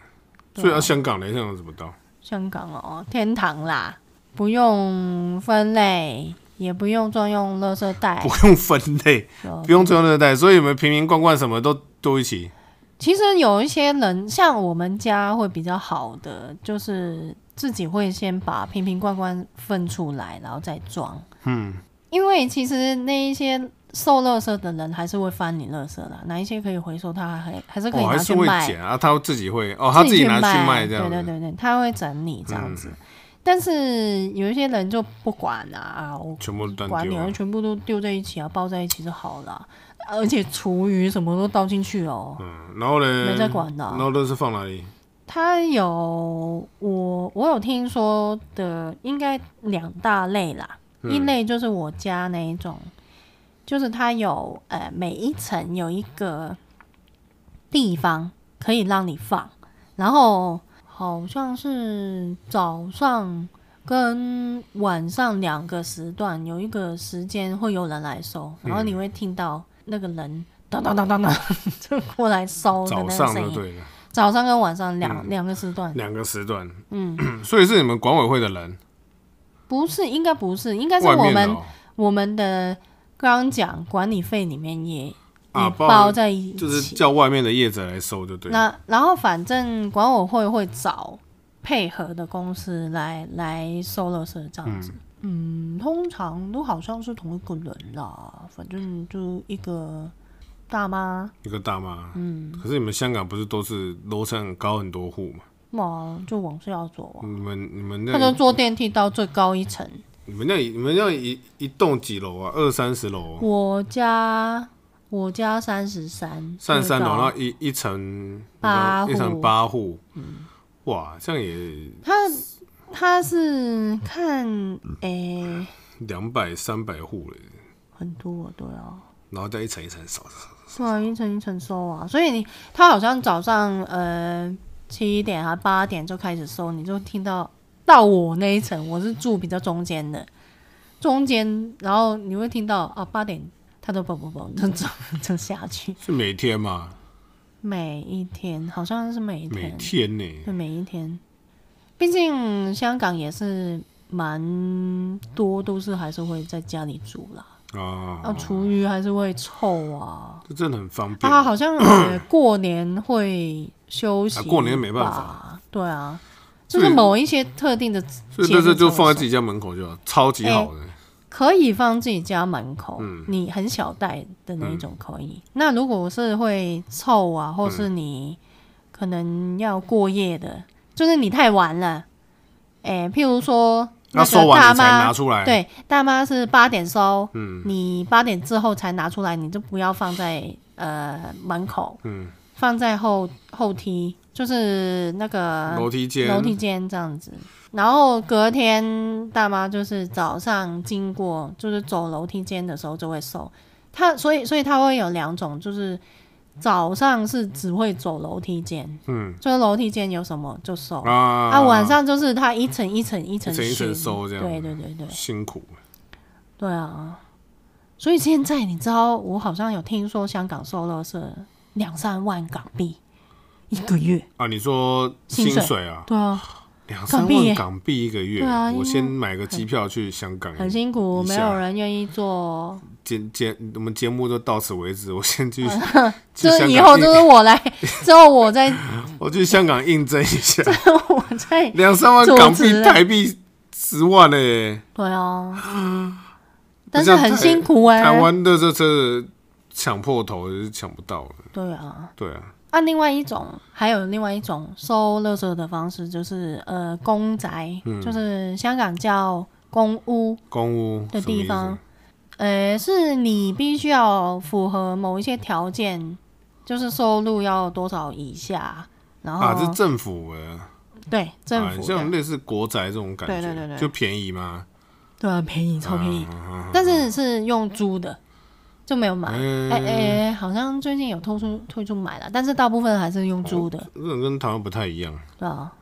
[SPEAKER 1] 对啊
[SPEAKER 2] 所以啊，香港雷香港怎么到？
[SPEAKER 1] 香港哦，天堂啦，不用分类，也不用专用垃圾袋
[SPEAKER 2] 不。用分类，
[SPEAKER 1] 呃
[SPEAKER 2] 不用专门带，所以你们瓶瓶罐罐什么都都一起。
[SPEAKER 1] 其实有一些人，像我们家会比较好的，就是自己会先把瓶瓶罐罐分出来，然后再装。
[SPEAKER 2] 嗯，
[SPEAKER 1] 因为其实那一些受垃圾的人还是会翻你垃圾的，哪一些可以回收，他还还是可以
[SPEAKER 2] 哦，还
[SPEAKER 1] 拿
[SPEAKER 2] 是
[SPEAKER 1] 去
[SPEAKER 2] 会
[SPEAKER 1] 卖。
[SPEAKER 2] 捡啊，他自己会哦，他自己拿去卖
[SPEAKER 1] 卖
[SPEAKER 2] 这样
[SPEAKER 1] 对
[SPEAKER 2] 子。嗯
[SPEAKER 1] 对对对，他会整理这样子。但是有一些人就不管啊，啊我
[SPEAKER 2] 全部都乱
[SPEAKER 1] 管你，
[SPEAKER 2] 丢
[SPEAKER 1] 我
[SPEAKER 2] 啊
[SPEAKER 1] 就，全部都丢在一起啊，包在一起就好了。啊而且厨余什么都倒进去哦。
[SPEAKER 2] 嗯，然后呢？
[SPEAKER 1] 没在管的啊
[SPEAKER 2] 然后都是放哪里？
[SPEAKER 1] 它有我我有听说的，应该两大类啦。
[SPEAKER 2] 嗯
[SPEAKER 1] 一类就是我家那一种，就是它有呃每一层有一个地方可以让你放，然后好像是早上跟晚上两个时段有一个时间会有人来收，
[SPEAKER 2] 嗯
[SPEAKER 1] 然后你会听到那个人当当当当当 [LAUGHS] 就过来收的
[SPEAKER 2] 早
[SPEAKER 1] 那个
[SPEAKER 2] 上
[SPEAKER 1] 声
[SPEAKER 2] 就
[SPEAKER 1] 音。
[SPEAKER 2] 对了，
[SPEAKER 1] 早上跟晚上
[SPEAKER 2] 嗯
[SPEAKER 1] 两两、个时段，
[SPEAKER 2] 两个时段。嗯， [CLEARS THROAT] 所以是你们管委会的人，
[SPEAKER 1] 不是，应该不是，应该是
[SPEAKER 2] 外
[SPEAKER 1] 我
[SPEAKER 2] 面的
[SPEAKER 1] 们
[SPEAKER 2] 哦
[SPEAKER 1] 我们的刚刚讲管理费里面也也
[SPEAKER 2] 啊
[SPEAKER 1] 包在一起，
[SPEAKER 2] 就是叫外面的业者来收就对了。
[SPEAKER 1] 那然后反正管委会会找配合的公司来来收垃圾这样子。嗯通常都好像是同一个人啦，反正就一个大妈
[SPEAKER 2] 一个大妈，嗯，可是你们香港不是都是楼层很高很多户嘛？
[SPEAKER 1] 嘛，就往下走啊，
[SPEAKER 2] 你们你们
[SPEAKER 1] 他就
[SPEAKER 2] 嗯那
[SPEAKER 1] 坐电梯到最高一层。
[SPEAKER 2] 你们那你们那一一栋几楼啊？二三十楼、啊，
[SPEAKER 1] 我家我家三十三，
[SPEAKER 2] 三十三哦楼，然后一一层
[SPEAKER 1] 八户嗯
[SPEAKER 2] 一层八户，哇，这样也
[SPEAKER 1] 他他是看诶、
[SPEAKER 2] 两百三百户了，
[SPEAKER 1] 很多对啊，
[SPEAKER 2] 然后再一层一层扫，
[SPEAKER 1] 是啊，一层一层收啊，所以你他好像早上呃七点还八点就开始收，你就听到到我那一层，我是住比较中间的，中间然后你会听到啊八点他都嘣嘣嘣就走 [LAUGHS] 就下去，
[SPEAKER 2] 是每天嘛？
[SPEAKER 1] 每一天好像是每一
[SPEAKER 2] 每
[SPEAKER 1] 天，
[SPEAKER 2] 天呢、
[SPEAKER 1] 对每一天，毕竟香港也是蛮多都是还是会在家里煮啦，那、
[SPEAKER 2] 啊，
[SPEAKER 1] 厨余还是会臭啊。
[SPEAKER 2] 这真的很方便。
[SPEAKER 1] 他好像也过年会休息、
[SPEAKER 2] 啊过年没办
[SPEAKER 1] 法
[SPEAKER 2] 法。
[SPEAKER 1] 对啊，就
[SPEAKER 2] 所以
[SPEAKER 1] 是某一些特定的
[SPEAKER 2] 所以这次就放在自
[SPEAKER 1] 己，
[SPEAKER 2] 己家门口就好，超级
[SPEAKER 1] 哎
[SPEAKER 2] 好的。
[SPEAKER 1] 可以放自己家门口，
[SPEAKER 2] 嗯
[SPEAKER 1] 你很小袋的那一种可以。那如果是会臭啊，或是
[SPEAKER 2] 嗯
[SPEAKER 1] 你可能要过夜的，就是你太晚了，哎、譬如说
[SPEAKER 2] 那
[SPEAKER 1] 那
[SPEAKER 2] 收
[SPEAKER 1] 个
[SPEAKER 2] 完
[SPEAKER 1] 大
[SPEAKER 2] 你才
[SPEAKER 1] 妈
[SPEAKER 2] 拿。出来，，
[SPEAKER 1] 对，大妈是八点收，
[SPEAKER 2] 嗯
[SPEAKER 1] 你八点之后才拿出来，你就不要放在呃门口，
[SPEAKER 2] 嗯，
[SPEAKER 1] 放在后后梯，就是那个
[SPEAKER 2] 楼梯
[SPEAKER 1] 嗯
[SPEAKER 2] 间，
[SPEAKER 1] 楼梯间这样子。然后隔天大妈就是早上经过，就是走楼梯间的时候就会收。她所以所以她会有两种，就是早上是只会走楼梯间，
[SPEAKER 2] 嗯
[SPEAKER 1] 就是楼梯间有什么就收。
[SPEAKER 2] 啊
[SPEAKER 1] 啊，晚上就是她一层一层一层
[SPEAKER 2] 一层一层
[SPEAKER 1] 巡
[SPEAKER 2] 收这样
[SPEAKER 1] 对对对对
[SPEAKER 2] 辛苦，
[SPEAKER 1] 对啊。所以现在你知道，我好像有听说香港收垃圾两三万港币一个月。
[SPEAKER 2] 啊，你说
[SPEAKER 1] 薪
[SPEAKER 2] 薪
[SPEAKER 1] 水
[SPEAKER 2] 水啊，
[SPEAKER 1] 对啊，
[SPEAKER 2] 两三
[SPEAKER 1] 港币耶
[SPEAKER 2] 万港币一个月，
[SPEAKER 1] 对啊因为
[SPEAKER 2] 我先买个机票去香港，
[SPEAKER 1] 很辛苦，
[SPEAKER 2] 一
[SPEAKER 1] 没
[SPEAKER 2] 下
[SPEAKER 1] 有人愿意做，
[SPEAKER 2] 节节我们节目就到此为止，我先去去
[SPEAKER 1] 嗯 [LAUGHS] 就是
[SPEAKER 2] 香港
[SPEAKER 1] 以后都
[SPEAKER 2] 应
[SPEAKER 1] 是我来，之后我
[SPEAKER 2] [LAUGHS]
[SPEAKER 1] 再，
[SPEAKER 2] 我去香港应征一下，
[SPEAKER 1] 我再，
[SPEAKER 2] 两三万港
[SPEAKER 1] 坐直
[SPEAKER 2] 币
[SPEAKER 1] 了
[SPEAKER 2] 台币十万呢、
[SPEAKER 1] 对啊，
[SPEAKER 2] 嗯
[SPEAKER 1] 但是很辛苦哎、
[SPEAKER 2] 台湾的这这抢破头就是抢不到了，
[SPEAKER 1] 对啊，
[SPEAKER 2] 对啊，
[SPEAKER 1] 啊，另外一种还有另外一种收垃圾的方式，就是呃公宅，
[SPEAKER 2] 嗯
[SPEAKER 1] 就是香港叫公屋
[SPEAKER 2] 公屋
[SPEAKER 1] 的
[SPEAKER 2] 什么意
[SPEAKER 1] 地
[SPEAKER 2] 思
[SPEAKER 1] 方，呃，是你必须要符合某一些条件，就是收入要多少以下，然后、
[SPEAKER 2] 啊，这政府的，
[SPEAKER 1] 对哦政
[SPEAKER 2] 啊
[SPEAKER 1] 府的、
[SPEAKER 2] 像类似国宅这种感觉，
[SPEAKER 1] 对对对对
[SPEAKER 2] 就便宜嘛，
[SPEAKER 1] 对啊，便宜超便宜，
[SPEAKER 2] 嗯嗯
[SPEAKER 1] 但是是用租的，就没有买。
[SPEAKER 2] 嗯
[SPEAKER 1] 哎、哎、好像最近有推出推出买了，但是大部分还是用租的，
[SPEAKER 2] 这种跟台湾不太一样，
[SPEAKER 1] 对啊。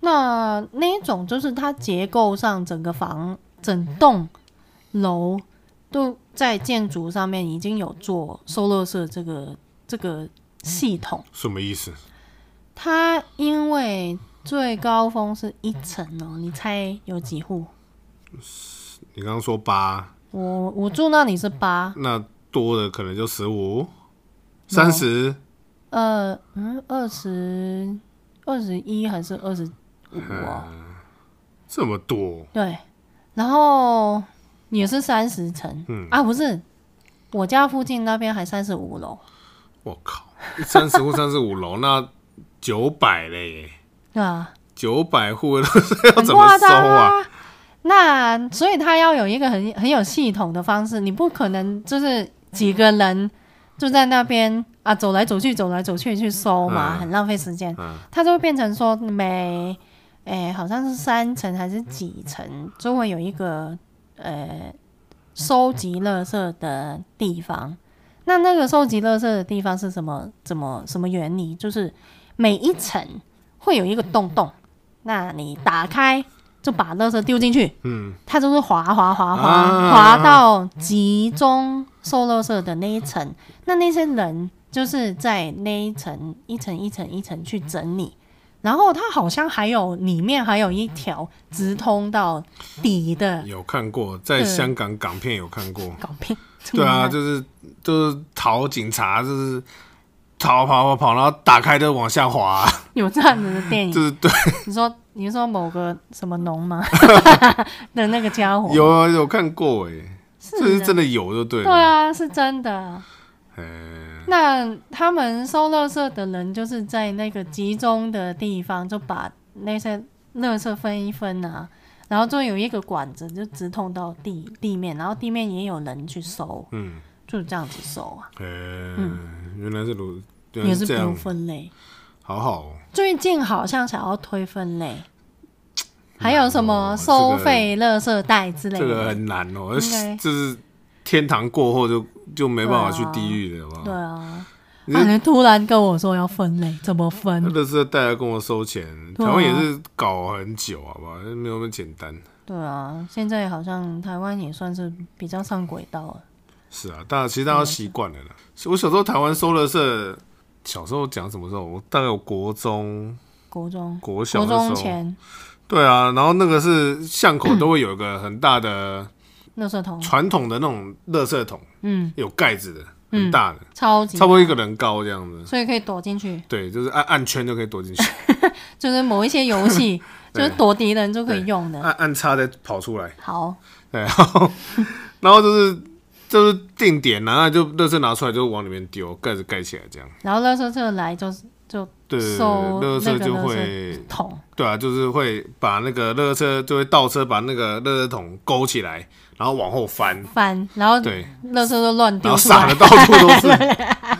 [SPEAKER 1] 那那一种就是它结构上整个房整栋楼都在建筑上面已经有做收垃圾这个这个系统，
[SPEAKER 2] 什么意思？
[SPEAKER 1] 它因为最高峰是一层哦，你猜有几户？
[SPEAKER 2] 你刚刚说八，
[SPEAKER 1] 我我住那里是八，
[SPEAKER 2] 那多的可能就十五、三
[SPEAKER 1] 哦
[SPEAKER 2] 十，
[SPEAKER 1] 呃，嗯，二十二十一还是二十五哦？
[SPEAKER 2] 这么多，
[SPEAKER 1] 对，然后也是三十层，
[SPEAKER 2] 嗯
[SPEAKER 1] 啊，不是，我家附近那边还三十五楼，
[SPEAKER 2] 我靠，三十
[SPEAKER 1] [LAUGHS]
[SPEAKER 2] 户、三十五楼，那九百嘞，
[SPEAKER 1] 对啊，
[SPEAKER 2] 九百户要
[SPEAKER 1] 很
[SPEAKER 2] 怎么
[SPEAKER 1] 夸
[SPEAKER 2] 收
[SPEAKER 1] 张
[SPEAKER 2] 啊？
[SPEAKER 1] 啊。那所以他要有一个很很有系统的方式，你不可能就是几个人就在那边啊走来走去走来走去去收嘛，
[SPEAKER 2] 嗯
[SPEAKER 1] 很浪费时间。
[SPEAKER 2] 嗯
[SPEAKER 1] 它就会变成说每，诶、好像是三层还是几层，就会有一个呃收集垃圾的地方。那那个收集垃圾的地方是什么？怎么什么原理？就是每一层会有一个洞洞，那你打开就把垃圾丢进去，
[SPEAKER 2] 嗯，
[SPEAKER 1] 它就是滑滑滑滑、
[SPEAKER 2] 啊
[SPEAKER 1] 滑到集中收垃圾的那一层，那那些人就是在那一层一层一层一层去整理，然后它好像还有里面还有一条直通到底的
[SPEAKER 2] 有看过，在
[SPEAKER 1] 对
[SPEAKER 2] 香港港片有看过，
[SPEAKER 1] 港片，这么 [LAUGHS]
[SPEAKER 2] 对啊，
[SPEAKER 1] 厉害
[SPEAKER 2] 就是就是逃警察，就是逃跑跑跑，然后打开就往下滑，
[SPEAKER 1] 有这样子的电
[SPEAKER 2] 就
[SPEAKER 1] 影，
[SPEAKER 2] 是对，
[SPEAKER 1] 你说你说某个什么农
[SPEAKER 2] [LAUGHS]
[SPEAKER 1] 吗的那个家伙，
[SPEAKER 2] 有啊有看过哎、
[SPEAKER 1] 哦是
[SPEAKER 2] 这是真
[SPEAKER 1] 的，
[SPEAKER 2] 的有就对
[SPEAKER 1] 对
[SPEAKER 2] 了，
[SPEAKER 1] 啊，是真的。
[SPEAKER 2] 嗯，
[SPEAKER 1] 那他们收垃圾的人就是在那个集中的地方，就把那些垃圾分一分啊，然后就有一个管子就直通到地地面，然后地面也有人去收，
[SPEAKER 2] 嗯，
[SPEAKER 1] 就这样子收啊，
[SPEAKER 2] 嗯，原来是如原来
[SPEAKER 1] 也
[SPEAKER 2] 是
[SPEAKER 1] 是
[SPEAKER 2] 这
[SPEAKER 1] 不用
[SPEAKER 2] 样，
[SPEAKER 1] 分类。
[SPEAKER 2] 好好哦，
[SPEAKER 1] 最近好像想要推分类，还有什么
[SPEAKER 2] 嗯哦这个
[SPEAKER 1] 收费垃圾袋之类
[SPEAKER 2] 这个
[SPEAKER 1] 的，
[SPEAKER 2] 很难哦，
[SPEAKER 1] 应该
[SPEAKER 2] 就是天堂过后就就没办法去地狱了
[SPEAKER 1] 对
[SPEAKER 2] 嘛。
[SPEAKER 1] 啊。
[SPEAKER 2] 你
[SPEAKER 1] 啊！你突然跟我说要分类，怎么分
[SPEAKER 2] 那？乐色带来跟我收钱，台
[SPEAKER 1] 对啊
[SPEAKER 2] 湾也是搞很久，好不好？没有那么简单。
[SPEAKER 1] 对啊，现在好像台湾也算是比较上轨道了。
[SPEAKER 2] 是啊，大家其实大家都习惯了啦。我小时候台湾收乐色，小时候讲什么时候？我大概有国中、
[SPEAKER 1] 国中，
[SPEAKER 2] 国小
[SPEAKER 1] 国中
[SPEAKER 2] 的时候。
[SPEAKER 1] 前
[SPEAKER 2] 对啊，然后那个是巷口都会有一个很大的
[SPEAKER 1] 垃圾桶，
[SPEAKER 2] 传统的那种乐色桶，
[SPEAKER 1] 嗯，
[SPEAKER 2] 有盖子的，
[SPEAKER 1] 嗯
[SPEAKER 2] 很大的，
[SPEAKER 1] 超级
[SPEAKER 2] 差，不多一个人高这样子。
[SPEAKER 1] 所以可以躲进去，
[SPEAKER 2] 对，就是按按圈就可以
[SPEAKER 1] [LAUGHS]
[SPEAKER 2] 躲进去，
[SPEAKER 1] 就是某一些游戏，就
[SPEAKER 2] [LAUGHS] 对
[SPEAKER 1] 是躲敌人就可以用的。
[SPEAKER 2] 按按叉再跑出来。 [LAUGHS]
[SPEAKER 1] 好，
[SPEAKER 2] 对，然后然后就是就是定点，然后就乐色拿出来就往里面丢，盖子盖起来这样。
[SPEAKER 1] 然后垃圾车来就是就
[SPEAKER 2] 对，
[SPEAKER 1] 收
[SPEAKER 2] 乐
[SPEAKER 1] 那
[SPEAKER 2] 色
[SPEAKER 1] 个
[SPEAKER 2] 就
[SPEAKER 1] 垃
[SPEAKER 2] 会
[SPEAKER 1] 圾桶，
[SPEAKER 2] 对啊，就是会把那个乐车就会倒车，把那个乐色桶勾起来，然后往后翻，
[SPEAKER 1] 翻，然后
[SPEAKER 2] 对，
[SPEAKER 1] 垃圾都乱嗯
[SPEAKER 2] 然
[SPEAKER 1] 丢
[SPEAKER 2] 后
[SPEAKER 1] 出
[SPEAKER 2] 撒
[SPEAKER 1] 来，
[SPEAKER 2] 的到处都
[SPEAKER 1] [LAUGHS]
[SPEAKER 2] 是。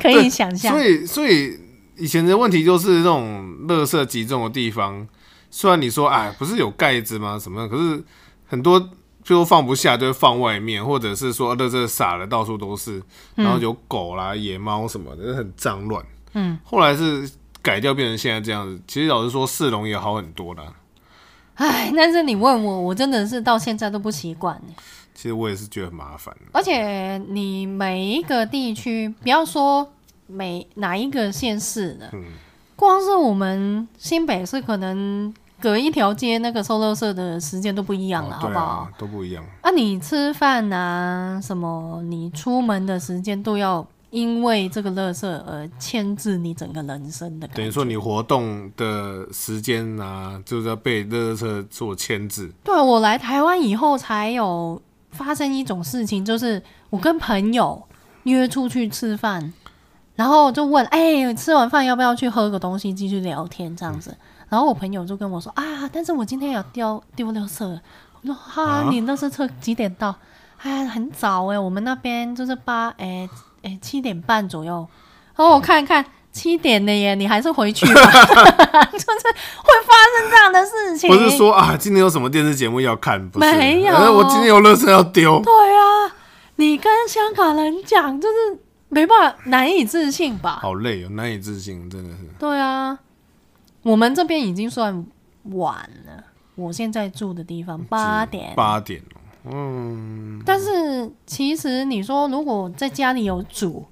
[SPEAKER 1] 可以想象
[SPEAKER 2] 所，以，所以以前的问题就是这种乐色集中的地方，虽然你说哎，不是有盖子吗？什么的？可是很多最后放不下，就会放外面，或者是说乐色撒的到处都是，然后有狗啦、野猫什么的，就很脏乱。
[SPEAKER 1] 嗯，
[SPEAKER 2] 后来是改掉，变成现在这样子。其实老实说，市容也好很多啦。
[SPEAKER 1] 哎，但是你问我，我真的是到现在都不习惯。
[SPEAKER 2] 其实我也是觉得很麻烦。
[SPEAKER 1] 而且你每一个地区，不要说每哪一个县市的，
[SPEAKER 2] 嗯
[SPEAKER 1] 光是我们新北市，可能隔一条街那个收垃圾的时间都不一样了，
[SPEAKER 2] 哦
[SPEAKER 1] 好
[SPEAKER 2] 对
[SPEAKER 1] 不好？
[SPEAKER 2] 啊？都不一样。
[SPEAKER 1] 啊，你吃饭啊，什么，你出门的时间都要因为这个垃圾而牵制你整个人生的感
[SPEAKER 2] 等于
[SPEAKER 1] 觉。
[SPEAKER 2] 说你活动的时间啊，就是要被热车做牵制。
[SPEAKER 1] 对啊我来台湾以后才有发生一种事情，就是我跟朋友约出去吃饭，然后就问，哎、吃完饭要不要去喝个东西，继续聊天这样子。然后我朋友就跟我说啊，但是我今天要丢丢垃圾了。我说哈、
[SPEAKER 2] 啊
[SPEAKER 1] 你垃圾车几点到？哎，很早哎、我们那边就是八哎哎七点半左右。然后我看一看七点了耶，你还是回去吧， [LAUGHS] 就是会发生这样的事情。
[SPEAKER 2] 不是说啊，今天有什么电视节目要看？不是，
[SPEAKER 1] 没有
[SPEAKER 2] 呃我今天有乐色要丢。
[SPEAKER 1] 对啊，你跟香港人讲，就是没办法，难以置信吧？
[SPEAKER 2] 好累哦，难以置信，真的是。
[SPEAKER 1] 对啊，我们这边已经算晚了。我现在住的地方八点，
[SPEAKER 2] 八点哦，嗯，
[SPEAKER 1] 但是其实你说，如果在家里有煮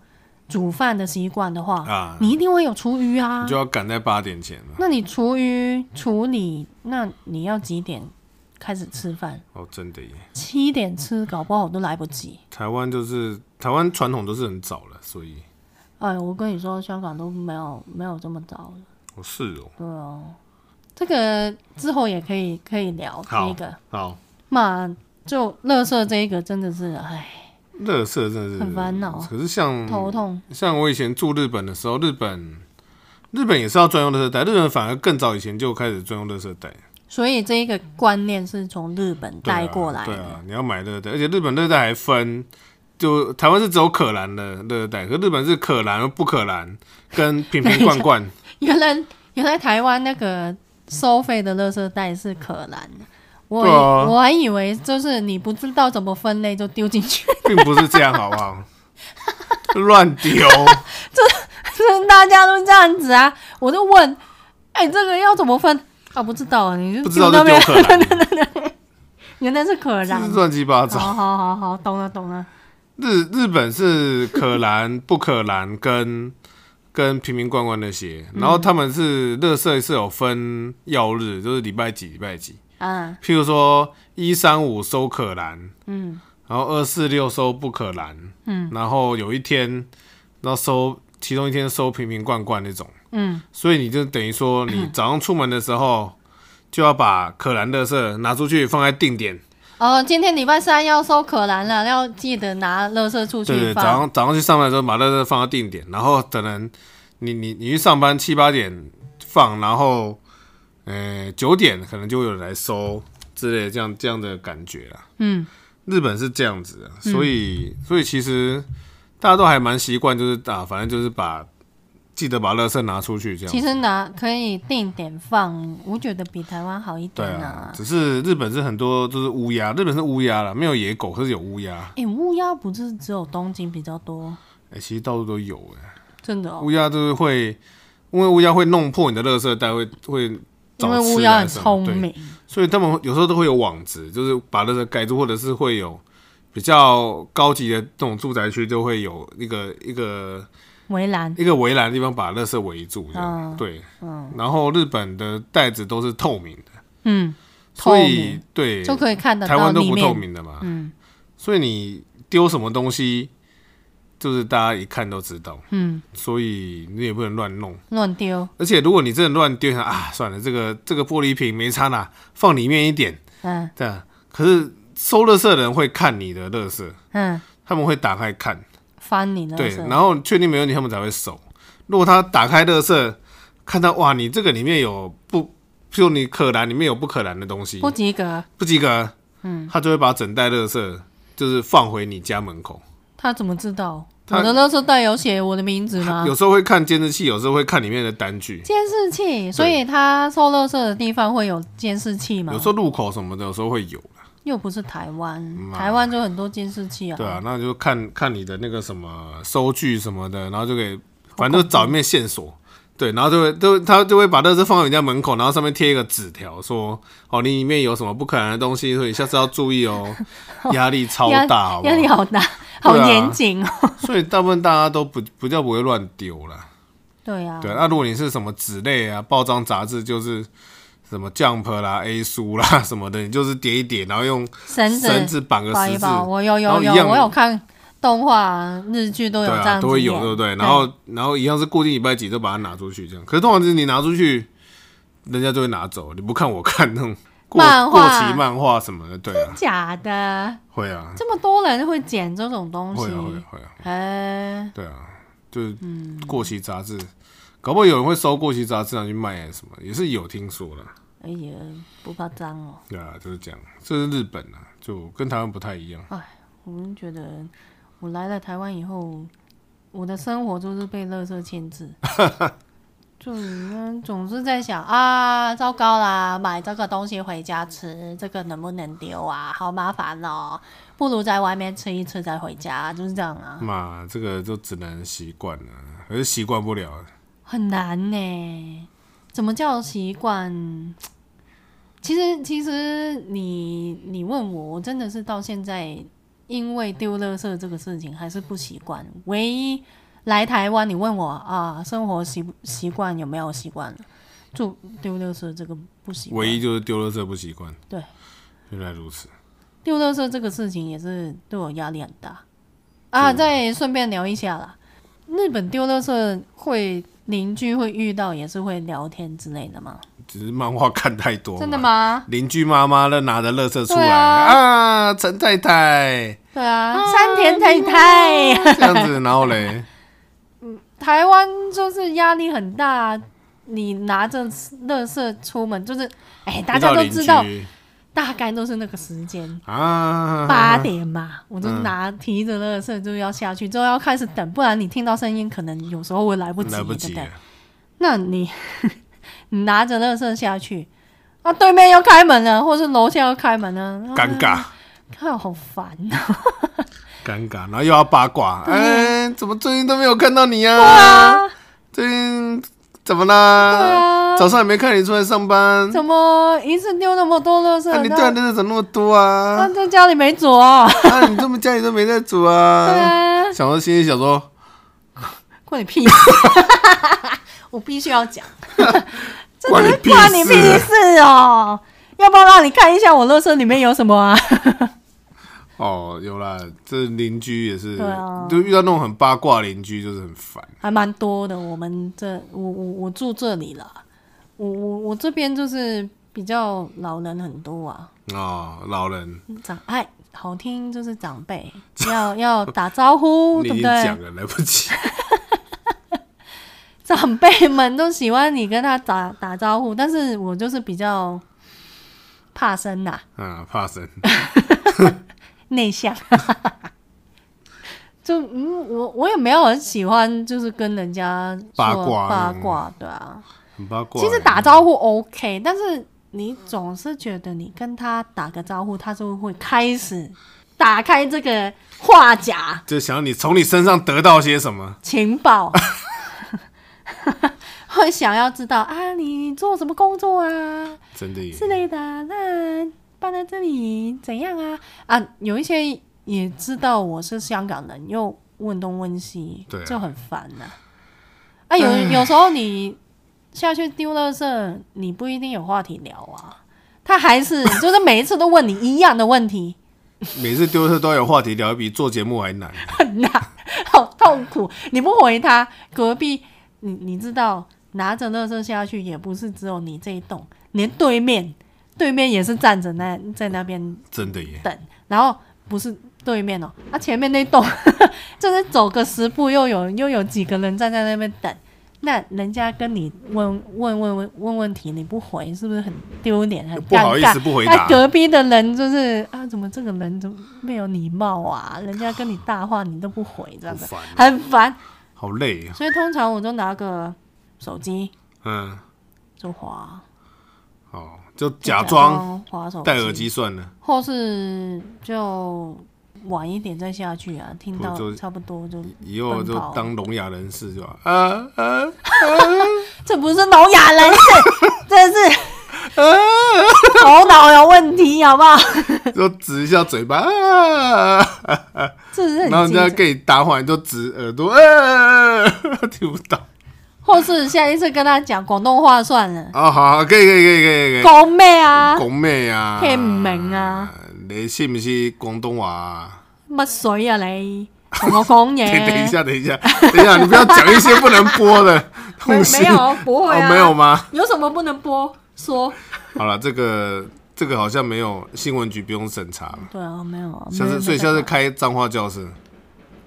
[SPEAKER 1] 煮饭的习惯的话，
[SPEAKER 2] 啊
[SPEAKER 1] 你一定会有厨余啊
[SPEAKER 2] 你就。要赶在八点前了。
[SPEAKER 1] 那你厨余处理，那你要几点开始吃饭？
[SPEAKER 2] 哦，真的耶，
[SPEAKER 1] 七点吃，搞不好都来不及。
[SPEAKER 2] 台湾就是台湾传统都是很早了，所以
[SPEAKER 1] 哎，我跟你说，香港都没有没有这么早了。
[SPEAKER 2] 哦是哦，
[SPEAKER 1] 对哦，这个之后也可以可以聊
[SPEAKER 2] 好
[SPEAKER 1] 这个
[SPEAKER 2] 好，
[SPEAKER 1] 嘛，就乐色这一个真的是哎
[SPEAKER 2] 乐色真的是
[SPEAKER 1] 很烦恼
[SPEAKER 2] 可是嗯像
[SPEAKER 1] 头痛，
[SPEAKER 2] 像我以前住日本的时候，日本日本也是要专用垃圾袋，日本反而更早以前就开始专用垃圾袋。
[SPEAKER 1] 所以这一个观念是从日本
[SPEAKER 2] 对啊
[SPEAKER 1] 带过来
[SPEAKER 2] 对
[SPEAKER 1] 的，
[SPEAKER 2] 啊，你要买热带，而且日本热带还分，就台湾是只有可燃的热带，可日本是可燃不可燃，跟瓶瓶罐罐。
[SPEAKER 1] 原来原来台湾那个收费的乐色袋是可燃的。我以、
[SPEAKER 2] 对啊
[SPEAKER 1] 我还以为就是你不知道怎么分类就丢进去， [LAUGHS]
[SPEAKER 2] 并不是这样，好不好？乱丢，
[SPEAKER 1] 大家都这样子啊！我就问，哎、这个要怎么分啊？不知道啊，你
[SPEAKER 2] 不
[SPEAKER 1] 就
[SPEAKER 2] 知道
[SPEAKER 1] 那
[SPEAKER 2] 就丢
[SPEAKER 1] 边，
[SPEAKER 2] 可燃，
[SPEAKER 1] [LAUGHS] 原来是可燃
[SPEAKER 2] 这是乱七八糟。
[SPEAKER 1] 好好好好，懂了懂了。
[SPEAKER 2] 日日本是可燃、不可燃跟跟瓶瓶罐罐那些，然后他们是乐色是有分曜日，就是礼拜几礼拜几，
[SPEAKER 1] 嗯
[SPEAKER 2] 譬如说一三五收可燃，
[SPEAKER 1] 嗯
[SPEAKER 2] 然后二四六收不可燃，
[SPEAKER 1] 嗯，
[SPEAKER 2] 然后有一天，然后收其中一天收瓶瓶罐罐那种，
[SPEAKER 1] 嗯，
[SPEAKER 2] 所以你就等于说你早上出门的时候就要把可燃垃圾拿出去放在定点，
[SPEAKER 1] 哦，今天礼拜三要收可燃了，要记得拿垃圾出
[SPEAKER 2] 对
[SPEAKER 1] 去
[SPEAKER 2] 对，早
[SPEAKER 1] 放。
[SPEAKER 2] 上早上去上班的时候把垃圾放到定点，然后等人你你你去上班七八点放，然后呃九点可能就会有人来收之类的这样这样的感觉啦。
[SPEAKER 1] 嗯，
[SPEAKER 2] 日本是这样子的，所以、所以其实大家都还蛮习惯，就是啊，反正就是把记得把垃圾拿出去这样子。
[SPEAKER 1] 其实拿可以定点放，我觉得比台湾好一
[SPEAKER 2] 对
[SPEAKER 1] 点
[SPEAKER 2] 啊
[SPEAKER 1] 啊，。
[SPEAKER 2] 只是日本是很多就是乌鸦，日本是乌鸦啦，没有野狗，可是有乌鸦。
[SPEAKER 1] 哎、乌鸦不是只有东京比较多，
[SPEAKER 2] 哎、其实到处都有哎、
[SPEAKER 1] 真的哦，
[SPEAKER 2] 乌鸦就是会，因为乌鸦会弄破你的垃圾袋，会会
[SPEAKER 1] 因
[SPEAKER 2] 找
[SPEAKER 1] 为
[SPEAKER 2] 吃
[SPEAKER 1] 乌
[SPEAKER 2] 的
[SPEAKER 1] 鸦
[SPEAKER 2] 还
[SPEAKER 1] 很
[SPEAKER 2] 是什么
[SPEAKER 1] 聪
[SPEAKER 2] 对
[SPEAKER 1] 明。
[SPEAKER 2] 所以他们有时候都会有网子，就是把垃圾盖住，或者是会有比较高级的这种住宅区，就会有一个一个
[SPEAKER 1] 围栏，
[SPEAKER 2] 一个围栏的地方把垃圾围住，这样、
[SPEAKER 1] 嗯
[SPEAKER 2] 对。
[SPEAKER 1] 嗯
[SPEAKER 2] 然后日本的袋子都是透明的，
[SPEAKER 1] 嗯，透
[SPEAKER 2] 所以
[SPEAKER 1] 明
[SPEAKER 2] 对
[SPEAKER 1] 就可以看得
[SPEAKER 2] 台
[SPEAKER 1] 到
[SPEAKER 2] 湾都
[SPEAKER 1] 里
[SPEAKER 2] 不透
[SPEAKER 1] 面。
[SPEAKER 2] 明的嘛，
[SPEAKER 1] 嗯
[SPEAKER 2] 所以你丢什么东西，就是大家一看都知道，
[SPEAKER 1] 嗯，
[SPEAKER 2] 所以你也不能乱弄。
[SPEAKER 1] 乱丢。
[SPEAKER 2] 而且如果你真的乱丢，想啊算了，这个这个玻璃瓶没差啦，放里面一点，
[SPEAKER 1] 嗯
[SPEAKER 2] 这样。可是收垃圾的人会看你的垃圾，
[SPEAKER 1] 嗯，
[SPEAKER 2] 他们会打开看，
[SPEAKER 1] 翻你那
[SPEAKER 2] 对，
[SPEAKER 1] 是
[SPEAKER 2] 然后确定没问题，他们才会收。如果他打开垃圾，看到哇，你这个里面有不，譬如你可燃里面有不可燃的东西，
[SPEAKER 1] 不及格，
[SPEAKER 2] 不及格，嗯，他就会把整袋垃圾就是放回你家门口。
[SPEAKER 1] 他怎么知道？
[SPEAKER 2] 他
[SPEAKER 1] 我的垃圾袋有写我的名字吗？
[SPEAKER 2] 有时候会看监视器，有时候会看里面的单据，
[SPEAKER 1] 监视器，所以他收垃圾的地方会有监视器嘛
[SPEAKER 2] 有？时候路口什么的，有时候会有，
[SPEAKER 1] 又不是台湾，
[SPEAKER 2] 嗯啊
[SPEAKER 1] 台湾就很多监视器啊。
[SPEAKER 2] 对啊，那就看看你的那个什么收据什么的，然后就可以，反正就找一面线索。对，然后就会都他就会把垃圾放到人家门口，然后上面贴一个纸条，说哦，你里面有什么不可能的东西，所以下次要注
[SPEAKER 1] [LAUGHS]
[SPEAKER 2] 意哦。压力超
[SPEAKER 1] 压
[SPEAKER 2] 大，好
[SPEAKER 1] [LAUGHS]
[SPEAKER 2] 不
[SPEAKER 1] 压
[SPEAKER 2] 好啊
[SPEAKER 1] 力好大，好严谨哦。
[SPEAKER 2] 所以大部分大家都不不叫不会乱丢啦。
[SPEAKER 1] 对啊，
[SPEAKER 2] 对，那如果你是什么纸类啊、报章杂志，就是什么 Jump 啦、A 书啦什么的，你就是叠一叠，然后用
[SPEAKER 1] 绳
[SPEAKER 2] 绳
[SPEAKER 1] 子
[SPEAKER 2] 子绑个
[SPEAKER 1] 包
[SPEAKER 2] 十
[SPEAKER 1] 一
[SPEAKER 2] 字，
[SPEAKER 1] 包，我有
[SPEAKER 2] 然
[SPEAKER 1] 有
[SPEAKER 2] 后一
[SPEAKER 1] 有，
[SPEAKER 2] 样
[SPEAKER 1] 我有看动画、日剧都
[SPEAKER 2] 对
[SPEAKER 1] 有这
[SPEAKER 2] 啊，
[SPEAKER 1] 样
[SPEAKER 2] 都
[SPEAKER 1] 子
[SPEAKER 2] 会有，
[SPEAKER 1] 演，
[SPEAKER 2] 对不对？然后然后一样是固定礼拜几都把它拿出去，这样。可是通常就是你拿出去，人家就会拿走，你不看我看那种过
[SPEAKER 1] 漫
[SPEAKER 2] 过
[SPEAKER 1] 画
[SPEAKER 2] 期漫画什么的，对啊，
[SPEAKER 1] 假的，
[SPEAKER 2] 会啊，
[SPEAKER 1] 这么多人会捡这种东
[SPEAKER 2] 会
[SPEAKER 1] 西
[SPEAKER 2] 啊，，会啊，会啊，
[SPEAKER 1] 哎，
[SPEAKER 2] 对啊。就是过期杂志，搞不好有人会收过期杂志拿去卖还是什么，也是有听说啦。
[SPEAKER 1] 哎呀，不怕脏哦。
[SPEAKER 2] 对啊，就是这样，这是日本啊，就跟台湾不太一样。
[SPEAKER 1] 我们觉得，我来了台湾以后，我的生活就是被垃圾牵制，就你们总是在想啊，糟糕啦，买这个东西回家吃，这个能不能丢啊？好麻烦哦，不如在外面吃一吃再回家，就是这样啊，
[SPEAKER 2] 嘛，这个就只能习惯了，可是习惯不了。
[SPEAKER 1] 很难呢、怎么叫习惯？其实，其实你你问我，我真的是到现在，因为丢垃圾这个事情还是不习惯。唯一来台湾，你问我啊，生活习不习惯有没有习惯，就丢垃圾这个不习惯。
[SPEAKER 2] 唯一就是丢了这不习惯。
[SPEAKER 1] 对，
[SPEAKER 2] 原来如此。
[SPEAKER 1] 丢垃圾这个事情也是对我压力很大啊。再顺便聊一下啦，日本丢垃圾会邻居会遇到，也是会聊天之类的吗？
[SPEAKER 2] 只是漫画看太多，
[SPEAKER 1] 真的？吗？
[SPEAKER 2] 邻居妈妈那拿着垃圾出来
[SPEAKER 1] 对啊
[SPEAKER 2] 啊，陈、太太
[SPEAKER 1] 对啊，山田太太，
[SPEAKER 2] 这样子，然后嘞，
[SPEAKER 1] [LAUGHS] 台湾就是压力很大。你拿着垃圾出门，就是，哎、 [LAUGHS] 大家都知道
[SPEAKER 2] 遇到，邻居
[SPEAKER 1] 大概都是那个时间，
[SPEAKER 2] 啊，
[SPEAKER 1] 八点吧，我就
[SPEAKER 2] 嗯
[SPEAKER 1] 拿提着垃圾就要下去，就要开始等，不然你听到声音，可能有时候会来不及，
[SPEAKER 2] 来不
[SPEAKER 1] 对
[SPEAKER 2] 及
[SPEAKER 1] 对
[SPEAKER 2] 了？，
[SPEAKER 1] 那你 [LAUGHS] 你拿着垃圾下去，啊，对面要开门了，或是楼下要开门了，啊
[SPEAKER 2] 尴，尬，
[SPEAKER 1] 看好烦啊
[SPEAKER 2] 尴尬，然后又要八卦，哎、怎么最近都没有看到你呀、
[SPEAKER 1] 啊！
[SPEAKER 2] 最近怎么
[SPEAKER 1] 对
[SPEAKER 2] 啦？
[SPEAKER 1] 啊，
[SPEAKER 2] 早上也没看你出来上班，
[SPEAKER 1] 怎么一次丢那么多垃圾？
[SPEAKER 2] 啊、你
[SPEAKER 1] 那
[SPEAKER 2] 对啊，那怎么那么多
[SPEAKER 1] 那
[SPEAKER 2] 啊？
[SPEAKER 1] 在家里没煮啊？
[SPEAKER 2] 啊，你这么家里都没在煮啊？
[SPEAKER 1] [LAUGHS] 对啊，
[SPEAKER 2] 想说心里想说，
[SPEAKER 1] 关你
[SPEAKER 2] [LAUGHS]
[SPEAKER 1] 屁事！我必须要讲，这
[SPEAKER 2] 关
[SPEAKER 1] 真
[SPEAKER 2] 你
[SPEAKER 1] 是
[SPEAKER 2] 屁
[SPEAKER 1] 关你
[SPEAKER 2] 事
[SPEAKER 1] 屁事哦！要不要让你看一下我垃圾里面有什么啊？ [LAUGHS]
[SPEAKER 2] 哦，有啦，这邻居也是，
[SPEAKER 1] 对啊
[SPEAKER 2] 就遇到那种很八卦邻居，就是很烦。
[SPEAKER 1] 还蛮多的。我们这我我我住这里啦，我我我这边就是比较老人很多啊，
[SPEAKER 2] 哦，老人，
[SPEAKER 1] 长哎好听就是长辈，要要打招呼，哦对
[SPEAKER 2] 你
[SPEAKER 1] 不
[SPEAKER 2] 已经
[SPEAKER 1] 对
[SPEAKER 2] 讲？了，来不及。 [LAUGHS]
[SPEAKER 1] 长辈们都喜欢你跟他打打招呼，但是我就是比较怕生呐、
[SPEAKER 2] 嗯，怕生，
[SPEAKER 1] 内 [LAUGHS] 向。就嗯，我我也没有很喜欢，就是跟人家说
[SPEAKER 2] 八卦
[SPEAKER 1] 八卦，对啊。
[SPEAKER 2] 很八卦。
[SPEAKER 1] 其实打招呼 OK，但是你总是觉得你跟他打个招呼，他就会开始打开这个话匣
[SPEAKER 2] 就想你从你身上得到些什么。
[SPEAKER 1] 情 [LAUGHS] 报，会想要知道啊，你做什么工作啊？
[SPEAKER 2] 真的耶，
[SPEAKER 1] 之类的啊。那搬来这里怎样啊？啊，有一些也知道我是香港人，又问东问西，
[SPEAKER 2] 对啊
[SPEAKER 1] 就很烦呐、啊。有有时候你下去丢垃圾，你不一定有话题聊啊。他还是就是每一次都问你一样的问题， [LAUGHS]
[SPEAKER 2] 每次丢车都有话题聊，比做节目还难。
[SPEAKER 1] 很难，好痛苦。你不回他，隔壁你你知道，拿着垃圾下去也不是只有你这一栋，连对面对面也是站着那在那边
[SPEAKER 2] 真的耶，
[SPEAKER 1] 等，然后不是对面哦，啊前面那栋 [LAUGHS] 就是走个十步又有又有几个人站在那边等，那人家跟你问问问问问问题你不回，是不是很丢脸很
[SPEAKER 2] 不好
[SPEAKER 1] 尴
[SPEAKER 2] 意
[SPEAKER 1] 尬
[SPEAKER 2] 思？不回
[SPEAKER 1] 那
[SPEAKER 2] 答。
[SPEAKER 1] 隔壁的人就是啊，怎么这个人怎么没有礼貌啊？人家跟你大话你都不回，这样子
[SPEAKER 2] 好烦啊
[SPEAKER 1] 很烦。
[SPEAKER 2] 好累啊，
[SPEAKER 1] 所以通常我就拿个手机
[SPEAKER 2] 嗯，
[SPEAKER 1] 就滑，
[SPEAKER 2] 哦，就
[SPEAKER 1] 就假
[SPEAKER 2] 假装
[SPEAKER 1] 滑手机，
[SPEAKER 2] 戴耳机算了，
[SPEAKER 1] 或是就晚一点再下去啊，听到
[SPEAKER 2] 就
[SPEAKER 1] 差不多就，
[SPEAKER 2] 以后就
[SPEAKER 1] 奔跑
[SPEAKER 2] 当聋哑人士就好啊啊
[SPEAKER 1] 这不是聋哑人
[SPEAKER 2] [LAUGHS]
[SPEAKER 1] 士，这是
[SPEAKER 2] 啊
[SPEAKER 1] 头脑有问题，好不 [LAUGHS] 好？
[SPEAKER 2] 就指一下嘴巴，啊
[SPEAKER 1] 这是
[SPEAKER 2] 然后
[SPEAKER 1] 很
[SPEAKER 2] 人
[SPEAKER 1] 精
[SPEAKER 2] 家
[SPEAKER 1] 准。
[SPEAKER 2] 跟你搭话，你就指耳朵，啊 [LAUGHS] 听不到。
[SPEAKER 1] 或是下一次跟他讲广东话算了，
[SPEAKER 2] 啊，好，好可以可以可以可以可以。
[SPEAKER 1] 狗妹啊，
[SPEAKER 2] 哎讲咩啊？
[SPEAKER 1] 聽唔明啊？
[SPEAKER 2] 你是唔是广东话啊？
[SPEAKER 1] 乜水啊你，同我讲
[SPEAKER 2] 等 [LAUGHS] 等一
[SPEAKER 1] 嘢。
[SPEAKER 2] 下，等一下，等一下，你不要讲一些不能播
[SPEAKER 1] [LAUGHS]
[SPEAKER 2] 的 [LAUGHS]
[SPEAKER 1] 没
[SPEAKER 2] 东西。
[SPEAKER 1] 没有不会啊
[SPEAKER 2] 哦没有吗？
[SPEAKER 1] 有什么不能播？说。
[SPEAKER 2] 好了，这个这个好像没有新闻局不用审查了。
[SPEAKER 1] 对啊，没有啊。
[SPEAKER 2] 下次，所以
[SPEAKER 1] 没有
[SPEAKER 2] 下
[SPEAKER 1] 那
[SPEAKER 2] 次
[SPEAKER 1] 个
[SPEAKER 2] 开脏话教室，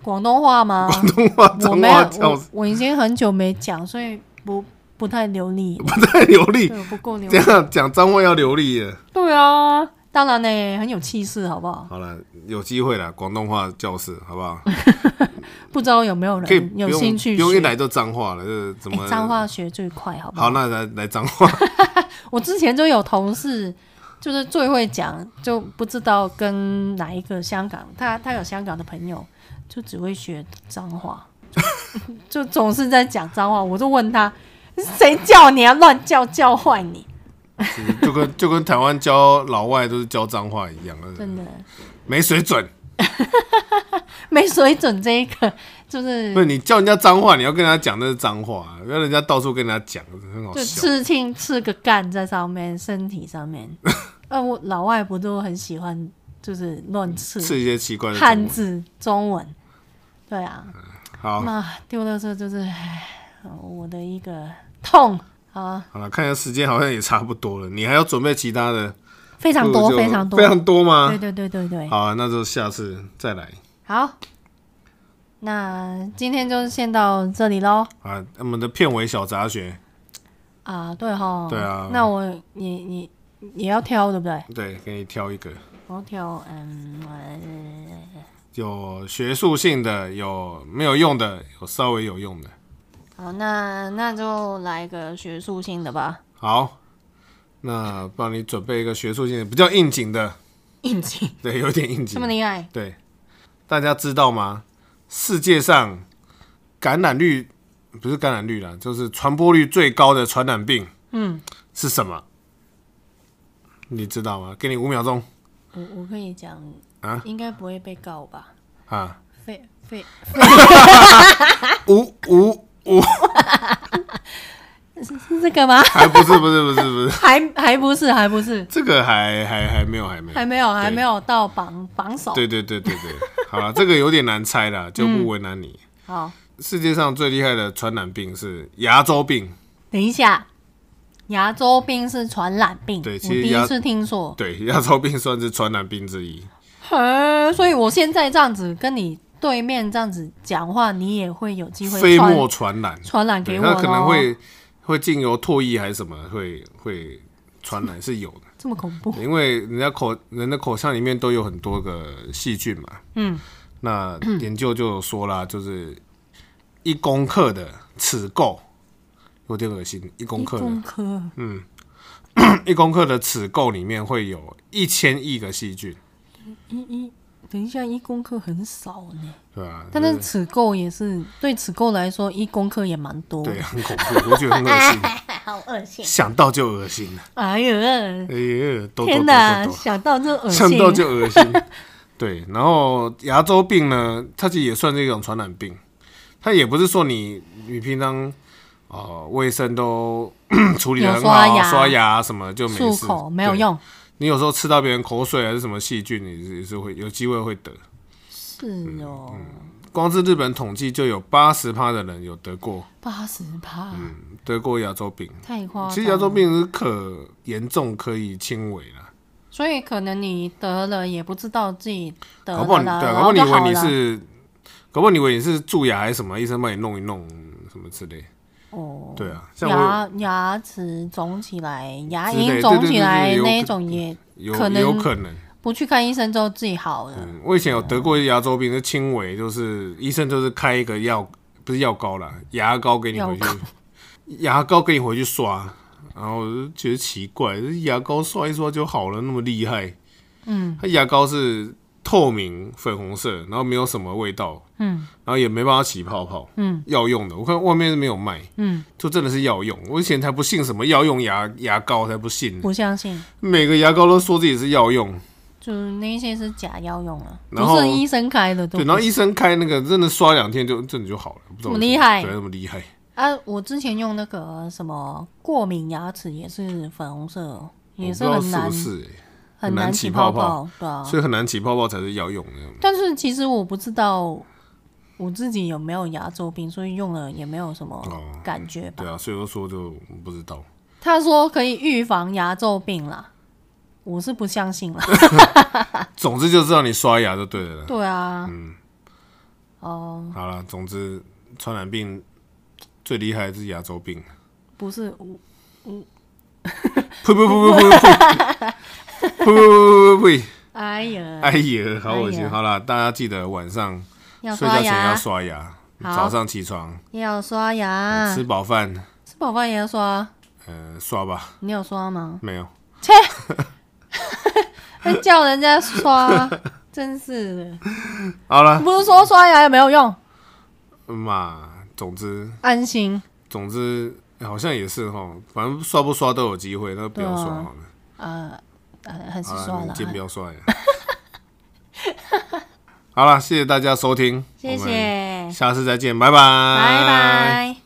[SPEAKER 1] 广东话吗？
[SPEAKER 2] 广东话
[SPEAKER 1] 我
[SPEAKER 2] 脏
[SPEAKER 1] 没
[SPEAKER 2] 话
[SPEAKER 1] 有，
[SPEAKER 2] 叫
[SPEAKER 1] 我我已经很久没讲，所以不不太流利，
[SPEAKER 2] 不太流利，
[SPEAKER 1] 对，我不够流
[SPEAKER 2] 这
[SPEAKER 1] 利。
[SPEAKER 2] 样讲脏话要流利耶。
[SPEAKER 1] 对啊，当然呢，很有气势，好不好？
[SPEAKER 2] 好了，有机会了，广东话教室好不好？
[SPEAKER 1] 不知道有没有
[SPEAKER 2] 可以
[SPEAKER 1] 人
[SPEAKER 2] 不
[SPEAKER 1] 有
[SPEAKER 2] 用
[SPEAKER 1] 兴趣
[SPEAKER 2] 不用一
[SPEAKER 1] 学？
[SPEAKER 2] 来就脏话了，这怎么
[SPEAKER 1] 哎，脏？话哦学最快，好不
[SPEAKER 2] 好，
[SPEAKER 1] 好？
[SPEAKER 2] 那来来脏话，
[SPEAKER 1] 我之前就有同事，就是最会讲，就不知道跟哪一个香港，他他有香港的朋友，就只会学脏话， [LAUGHS] 就总是在讲脏话。我就问他，谁叫你啊？乱叫叫坏你，
[SPEAKER 2] 就是就跟就跟台湾教老外都是教脏话一样，
[SPEAKER 1] 真的 [LAUGHS]
[SPEAKER 2] 没水准。
[SPEAKER 1] 没水准。这一个就是
[SPEAKER 2] 不是你叫人家脏话，你要跟人家讲那是脏话，不要人家到处跟人家讲，很好
[SPEAKER 1] 就
[SPEAKER 2] 笑。
[SPEAKER 1] 刺青刺个干在上面，身体上面。
[SPEAKER 2] [LAUGHS]
[SPEAKER 1] 呃，我老外不都很喜欢，就是乱刺
[SPEAKER 2] 是嗯一些奇怪的中
[SPEAKER 1] 汉
[SPEAKER 2] 文
[SPEAKER 1] 字中文。对啊，
[SPEAKER 2] 好，
[SPEAKER 1] 那丢垃圾就是唉我的一个痛啊，
[SPEAKER 2] 好了，看一下时间，好像也差不多了。你还要准备其他的？
[SPEAKER 1] 非
[SPEAKER 2] 非
[SPEAKER 1] 常多，非常多，
[SPEAKER 2] 非常多吗
[SPEAKER 1] 对？对对对对。
[SPEAKER 2] 好啊，那就下次再来
[SPEAKER 1] 好，那今天就先到这里喽。
[SPEAKER 2] 啊。我们的片尾小杂学，
[SPEAKER 1] 啊，对哈，
[SPEAKER 2] 对啊
[SPEAKER 1] 那我你你也要挑对不对？
[SPEAKER 2] 对，给你挑一个，
[SPEAKER 1] 我要挑，嗯，呃
[SPEAKER 2] 有学术性的，有没有用的，有稍微有用的。
[SPEAKER 1] 好，那那就来个学术性的吧。
[SPEAKER 2] 好，那帮你准备一个学术性的，比较应景的， [LAUGHS]
[SPEAKER 1] 应景
[SPEAKER 2] 对，有点应景
[SPEAKER 1] 这。么厉害，
[SPEAKER 2] 对，大家知道吗？世界上感染率不是感染率啦，就是传播率最高的传染病，
[SPEAKER 1] 嗯，
[SPEAKER 2] 是什么？你知道吗？给你五秒钟
[SPEAKER 1] 我我可以讲
[SPEAKER 2] 啊
[SPEAKER 1] 应该不会被告吧？
[SPEAKER 2] 啊，
[SPEAKER 1] 肺肺
[SPEAKER 2] 五五五，
[SPEAKER 1] 是这个吗？
[SPEAKER 2] 还啊不是不是不是不是，
[SPEAKER 1] 还还不是，还不是，
[SPEAKER 2] 这个还还还没有还没有
[SPEAKER 1] 还，没有，还
[SPEAKER 2] 对
[SPEAKER 1] 没有到榜榜首。
[SPEAKER 2] 对对对对对，好了，这个有点难猜啦，就不为难你。
[SPEAKER 1] 好，
[SPEAKER 2] 世界上最厉害的传染病是牙周病，
[SPEAKER 1] 等一下，牙周病是传染病，
[SPEAKER 2] 对
[SPEAKER 1] 我
[SPEAKER 2] 其实
[SPEAKER 1] 第
[SPEAKER 2] 牙
[SPEAKER 1] 一次听说。
[SPEAKER 2] 对，牙周病算是传染病之一。
[SPEAKER 1] 嘿，所以我现在这样子跟你对面这样子讲话，你也会有机会
[SPEAKER 2] 飞
[SPEAKER 1] 传
[SPEAKER 2] 沫传染，
[SPEAKER 1] 传染
[SPEAKER 2] 对，
[SPEAKER 1] 给我
[SPEAKER 2] 它可能
[SPEAKER 1] 咯
[SPEAKER 2] 会会经由唾液还是什么，会会传染是有
[SPEAKER 1] [LAUGHS]
[SPEAKER 2] 的，
[SPEAKER 1] 这么恐怖。
[SPEAKER 2] 因为人家口人的口腔里面都有很多个细菌嘛。
[SPEAKER 1] 嗯，
[SPEAKER 2] 那研究就有说啦，就是一公克的齿垢，有点恶心，一公克的
[SPEAKER 1] 工科
[SPEAKER 2] 一公克的齿垢里面会有一千亿个细菌，
[SPEAKER 1] 一一，等一下，一公克很少呢，
[SPEAKER 2] 对吧、
[SPEAKER 1] 但是齿垢也是对齿垢来说，一公克也蛮多。
[SPEAKER 2] 对，很恐怖，我觉得很恶心，
[SPEAKER 1] 好恶心！
[SPEAKER 2] 想到就恶心。
[SPEAKER 1] 哎呀，
[SPEAKER 2] 哎呀，抖抖抖抖抖
[SPEAKER 1] 天哪，想到就恶心
[SPEAKER 2] 呛。到就恶
[SPEAKER 1] [LAUGHS]
[SPEAKER 2] 心。对，然后牙周病呢，它其实也算是一种传染病，它也不是说你你平常呃卫生都 [COUGHS] 处理的很好啊，
[SPEAKER 1] 有刷牙
[SPEAKER 2] 刷牙什么就没
[SPEAKER 1] 漱
[SPEAKER 2] 事，
[SPEAKER 1] 口没有
[SPEAKER 2] 对。
[SPEAKER 1] 用，
[SPEAKER 2] 你有时候吃到别人口水还是什么细菌，你是也是会有机会会得。
[SPEAKER 1] 是哦，
[SPEAKER 2] 光是日本统计就有八十趴的人有得过
[SPEAKER 1] 八十趴，
[SPEAKER 2] 得过牙周病，
[SPEAKER 1] 太夸张了。
[SPEAKER 2] 嗯其实牙周病是可严重可以轻微啦。
[SPEAKER 1] 所以可能你得了也不知道自己得
[SPEAKER 2] 搞不好
[SPEAKER 1] 了
[SPEAKER 2] 你
[SPEAKER 1] 啦，
[SPEAKER 2] 对啊，
[SPEAKER 1] 然
[SPEAKER 2] 搞不好
[SPEAKER 1] 后
[SPEAKER 2] 你
[SPEAKER 1] 就
[SPEAKER 2] 以
[SPEAKER 1] 呃好
[SPEAKER 2] 为你
[SPEAKER 1] 了。
[SPEAKER 2] 是，搞不好你以为你是蛀牙还是什么，医生帮你弄一弄什么之类。
[SPEAKER 1] 哦，
[SPEAKER 2] 对啊，像我
[SPEAKER 1] 牙牙齿肿起来，牙
[SPEAKER 2] 之类
[SPEAKER 1] 龈
[SPEAKER 2] 对
[SPEAKER 1] 肿
[SPEAKER 2] 对
[SPEAKER 1] 起
[SPEAKER 2] 对
[SPEAKER 1] 来
[SPEAKER 2] 对有
[SPEAKER 1] 那一
[SPEAKER 2] 可
[SPEAKER 1] 种也
[SPEAKER 2] 有
[SPEAKER 1] 可能
[SPEAKER 2] 有可能，
[SPEAKER 1] 不去看医生就自己好了。
[SPEAKER 2] 嗯，我以前有得过牙周病，是轻微，就是医生就是开一个药，不是药膏啦，牙膏给你回去
[SPEAKER 1] 药膏，
[SPEAKER 2] [LAUGHS] 牙膏给你回去刷，然后我就觉得奇怪，这牙膏刷一刷就好了，那么厉害？
[SPEAKER 1] 嗯
[SPEAKER 2] 它牙膏是透明粉红色，然后没有什么味道，
[SPEAKER 1] 嗯
[SPEAKER 2] 然后也没办法起泡泡，
[SPEAKER 1] 嗯
[SPEAKER 2] 药用的，我看外面是没有卖。
[SPEAKER 1] 嗯，
[SPEAKER 2] 就真的是药用。我以前才不信什么药用牙牙膏，才不信呢。
[SPEAKER 1] 不相信，
[SPEAKER 2] 每个牙膏都说自己是药用，
[SPEAKER 1] 就是那些是假药用啊，
[SPEAKER 2] 然
[SPEAKER 1] 不
[SPEAKER 2] 后
[SPEAKER 1] 是医生开的都
[SPEAKER 2] 对，
[SPEAKER 1] 不
[SPEAKER 2] 然后医生开那个真的刷两天就真的就好了，不知
[SPEAKER 1] 这
[SPEAKER 2] 道
[SPEAKER 1] 么
[SPEAKER 2] 为什
[SPEAKER 1] 厉害
[SPEAKER 2] 对，这么厉害。
[SPEAKER 1] 啊，我之前用那个什么过敏牙齿也是粉红色哦，也
[SPEAKER 2] 我不
[SPEAKER 1] 很
[SPEAKER 2] 知道
[SPEAKER 1] 难
[SPEAKER 2] 是不是、
[SPEAKER 1] 很
[SPEAKER 2] 很难
[SPEAKER 1] 起
[SPEAKER 2] 起
[SPEAKER 1] 泡
[SPEAKER 2] 泡
[SPEAKER 1] 泡，对啊
[SPEAKER 2] 欸，。所以很难起泡泡才是药用的。
[SPEAKER 1] 但是其实我不知道我自己有没有牙周病，所以用了也没有什么
[SPEAKER 2] 哦
[SPEAKER 1] 感觉吧。
[SPEAKER 2] 对啊，所以我说就不知道。
[SPEAKER 1] 他说可以预防牙周病啦，我是不
[SPEAKER 2] [LAUGHS]
[SPEAKER 1] 相信啦。
[SPEAKER 2] 总之就知道你刷牙就对了啦。
[SPEAKER 1] 对啊，哦，
[SPEAKER 2] 好了，总之传染病最厉害的是牙周病。
[SPEAKER 1] 不是，我
[SPEAKER 2] 呸呸呸呸呸呸！呸呸呸呸呸！
[SPEAKER 1] 哎呀，
[SPEAKER 2] 哎呀，好恶
[SPEAKER 1] 哎
[SPEAKER 2] 心！
[SPEAKER 1] 呀
[SPEAKER 2] 好啦，大家记得晚上
[SPEAKER 1] 要
[SPEAKER 2] 睡
[SPEAKER 1] 刷
[SPEAKER 2] 觉前
[SPEAKER 1] 牙
[SPEAKER 2] 要，刷牙，
[SPEAKER 1] 好
[SPEAKER 2] 早上起床
[SPEAKER 1] 要刷牙，
[SPEAKER 2] 吃饱饭，
[SPEAKER 1] 吃饱饭也要刷，
[SPEAKER 2] 呃，刷吧，
[SPEAKER 1] 你有刷吗？
[SPEAKER 2] 没有。
[SPEAKER 1] 切， [LAUGHS] 还叫人家 [LAUGHS] 刷，啊真是的。
[SPEAKER 2] 好了，
[SPEAKER 1] 不是说刷牙也没有用，
[SPEAKER 2] 嘛，总之
[SPEAKER 1] 安心
[SPEAKER 2] 总之哎好像也是哈，反正刷不刷都有机会，那不要刷
[SPEAKER 1] 对啊
[SPEAKER 2] 好了。
[SPEAKER 1] 啊、呃，还是
[SPEAKER 2] 好
[SPEAKER 1] 刷
[SPEAKER 2] 了， [LAUGHS]
[SPEAKER 1] 了
[SPEAKER 2] 你。先不要刷呀。好了，谢谢大家收听，
[SPEAKER 1] 谢
[SPEAKER 2] 我们
[SPEAKER 1] 谢，
[SPEAKER 2] 下次再见，拜拜，
[SPEAKER 1] 拜。拜。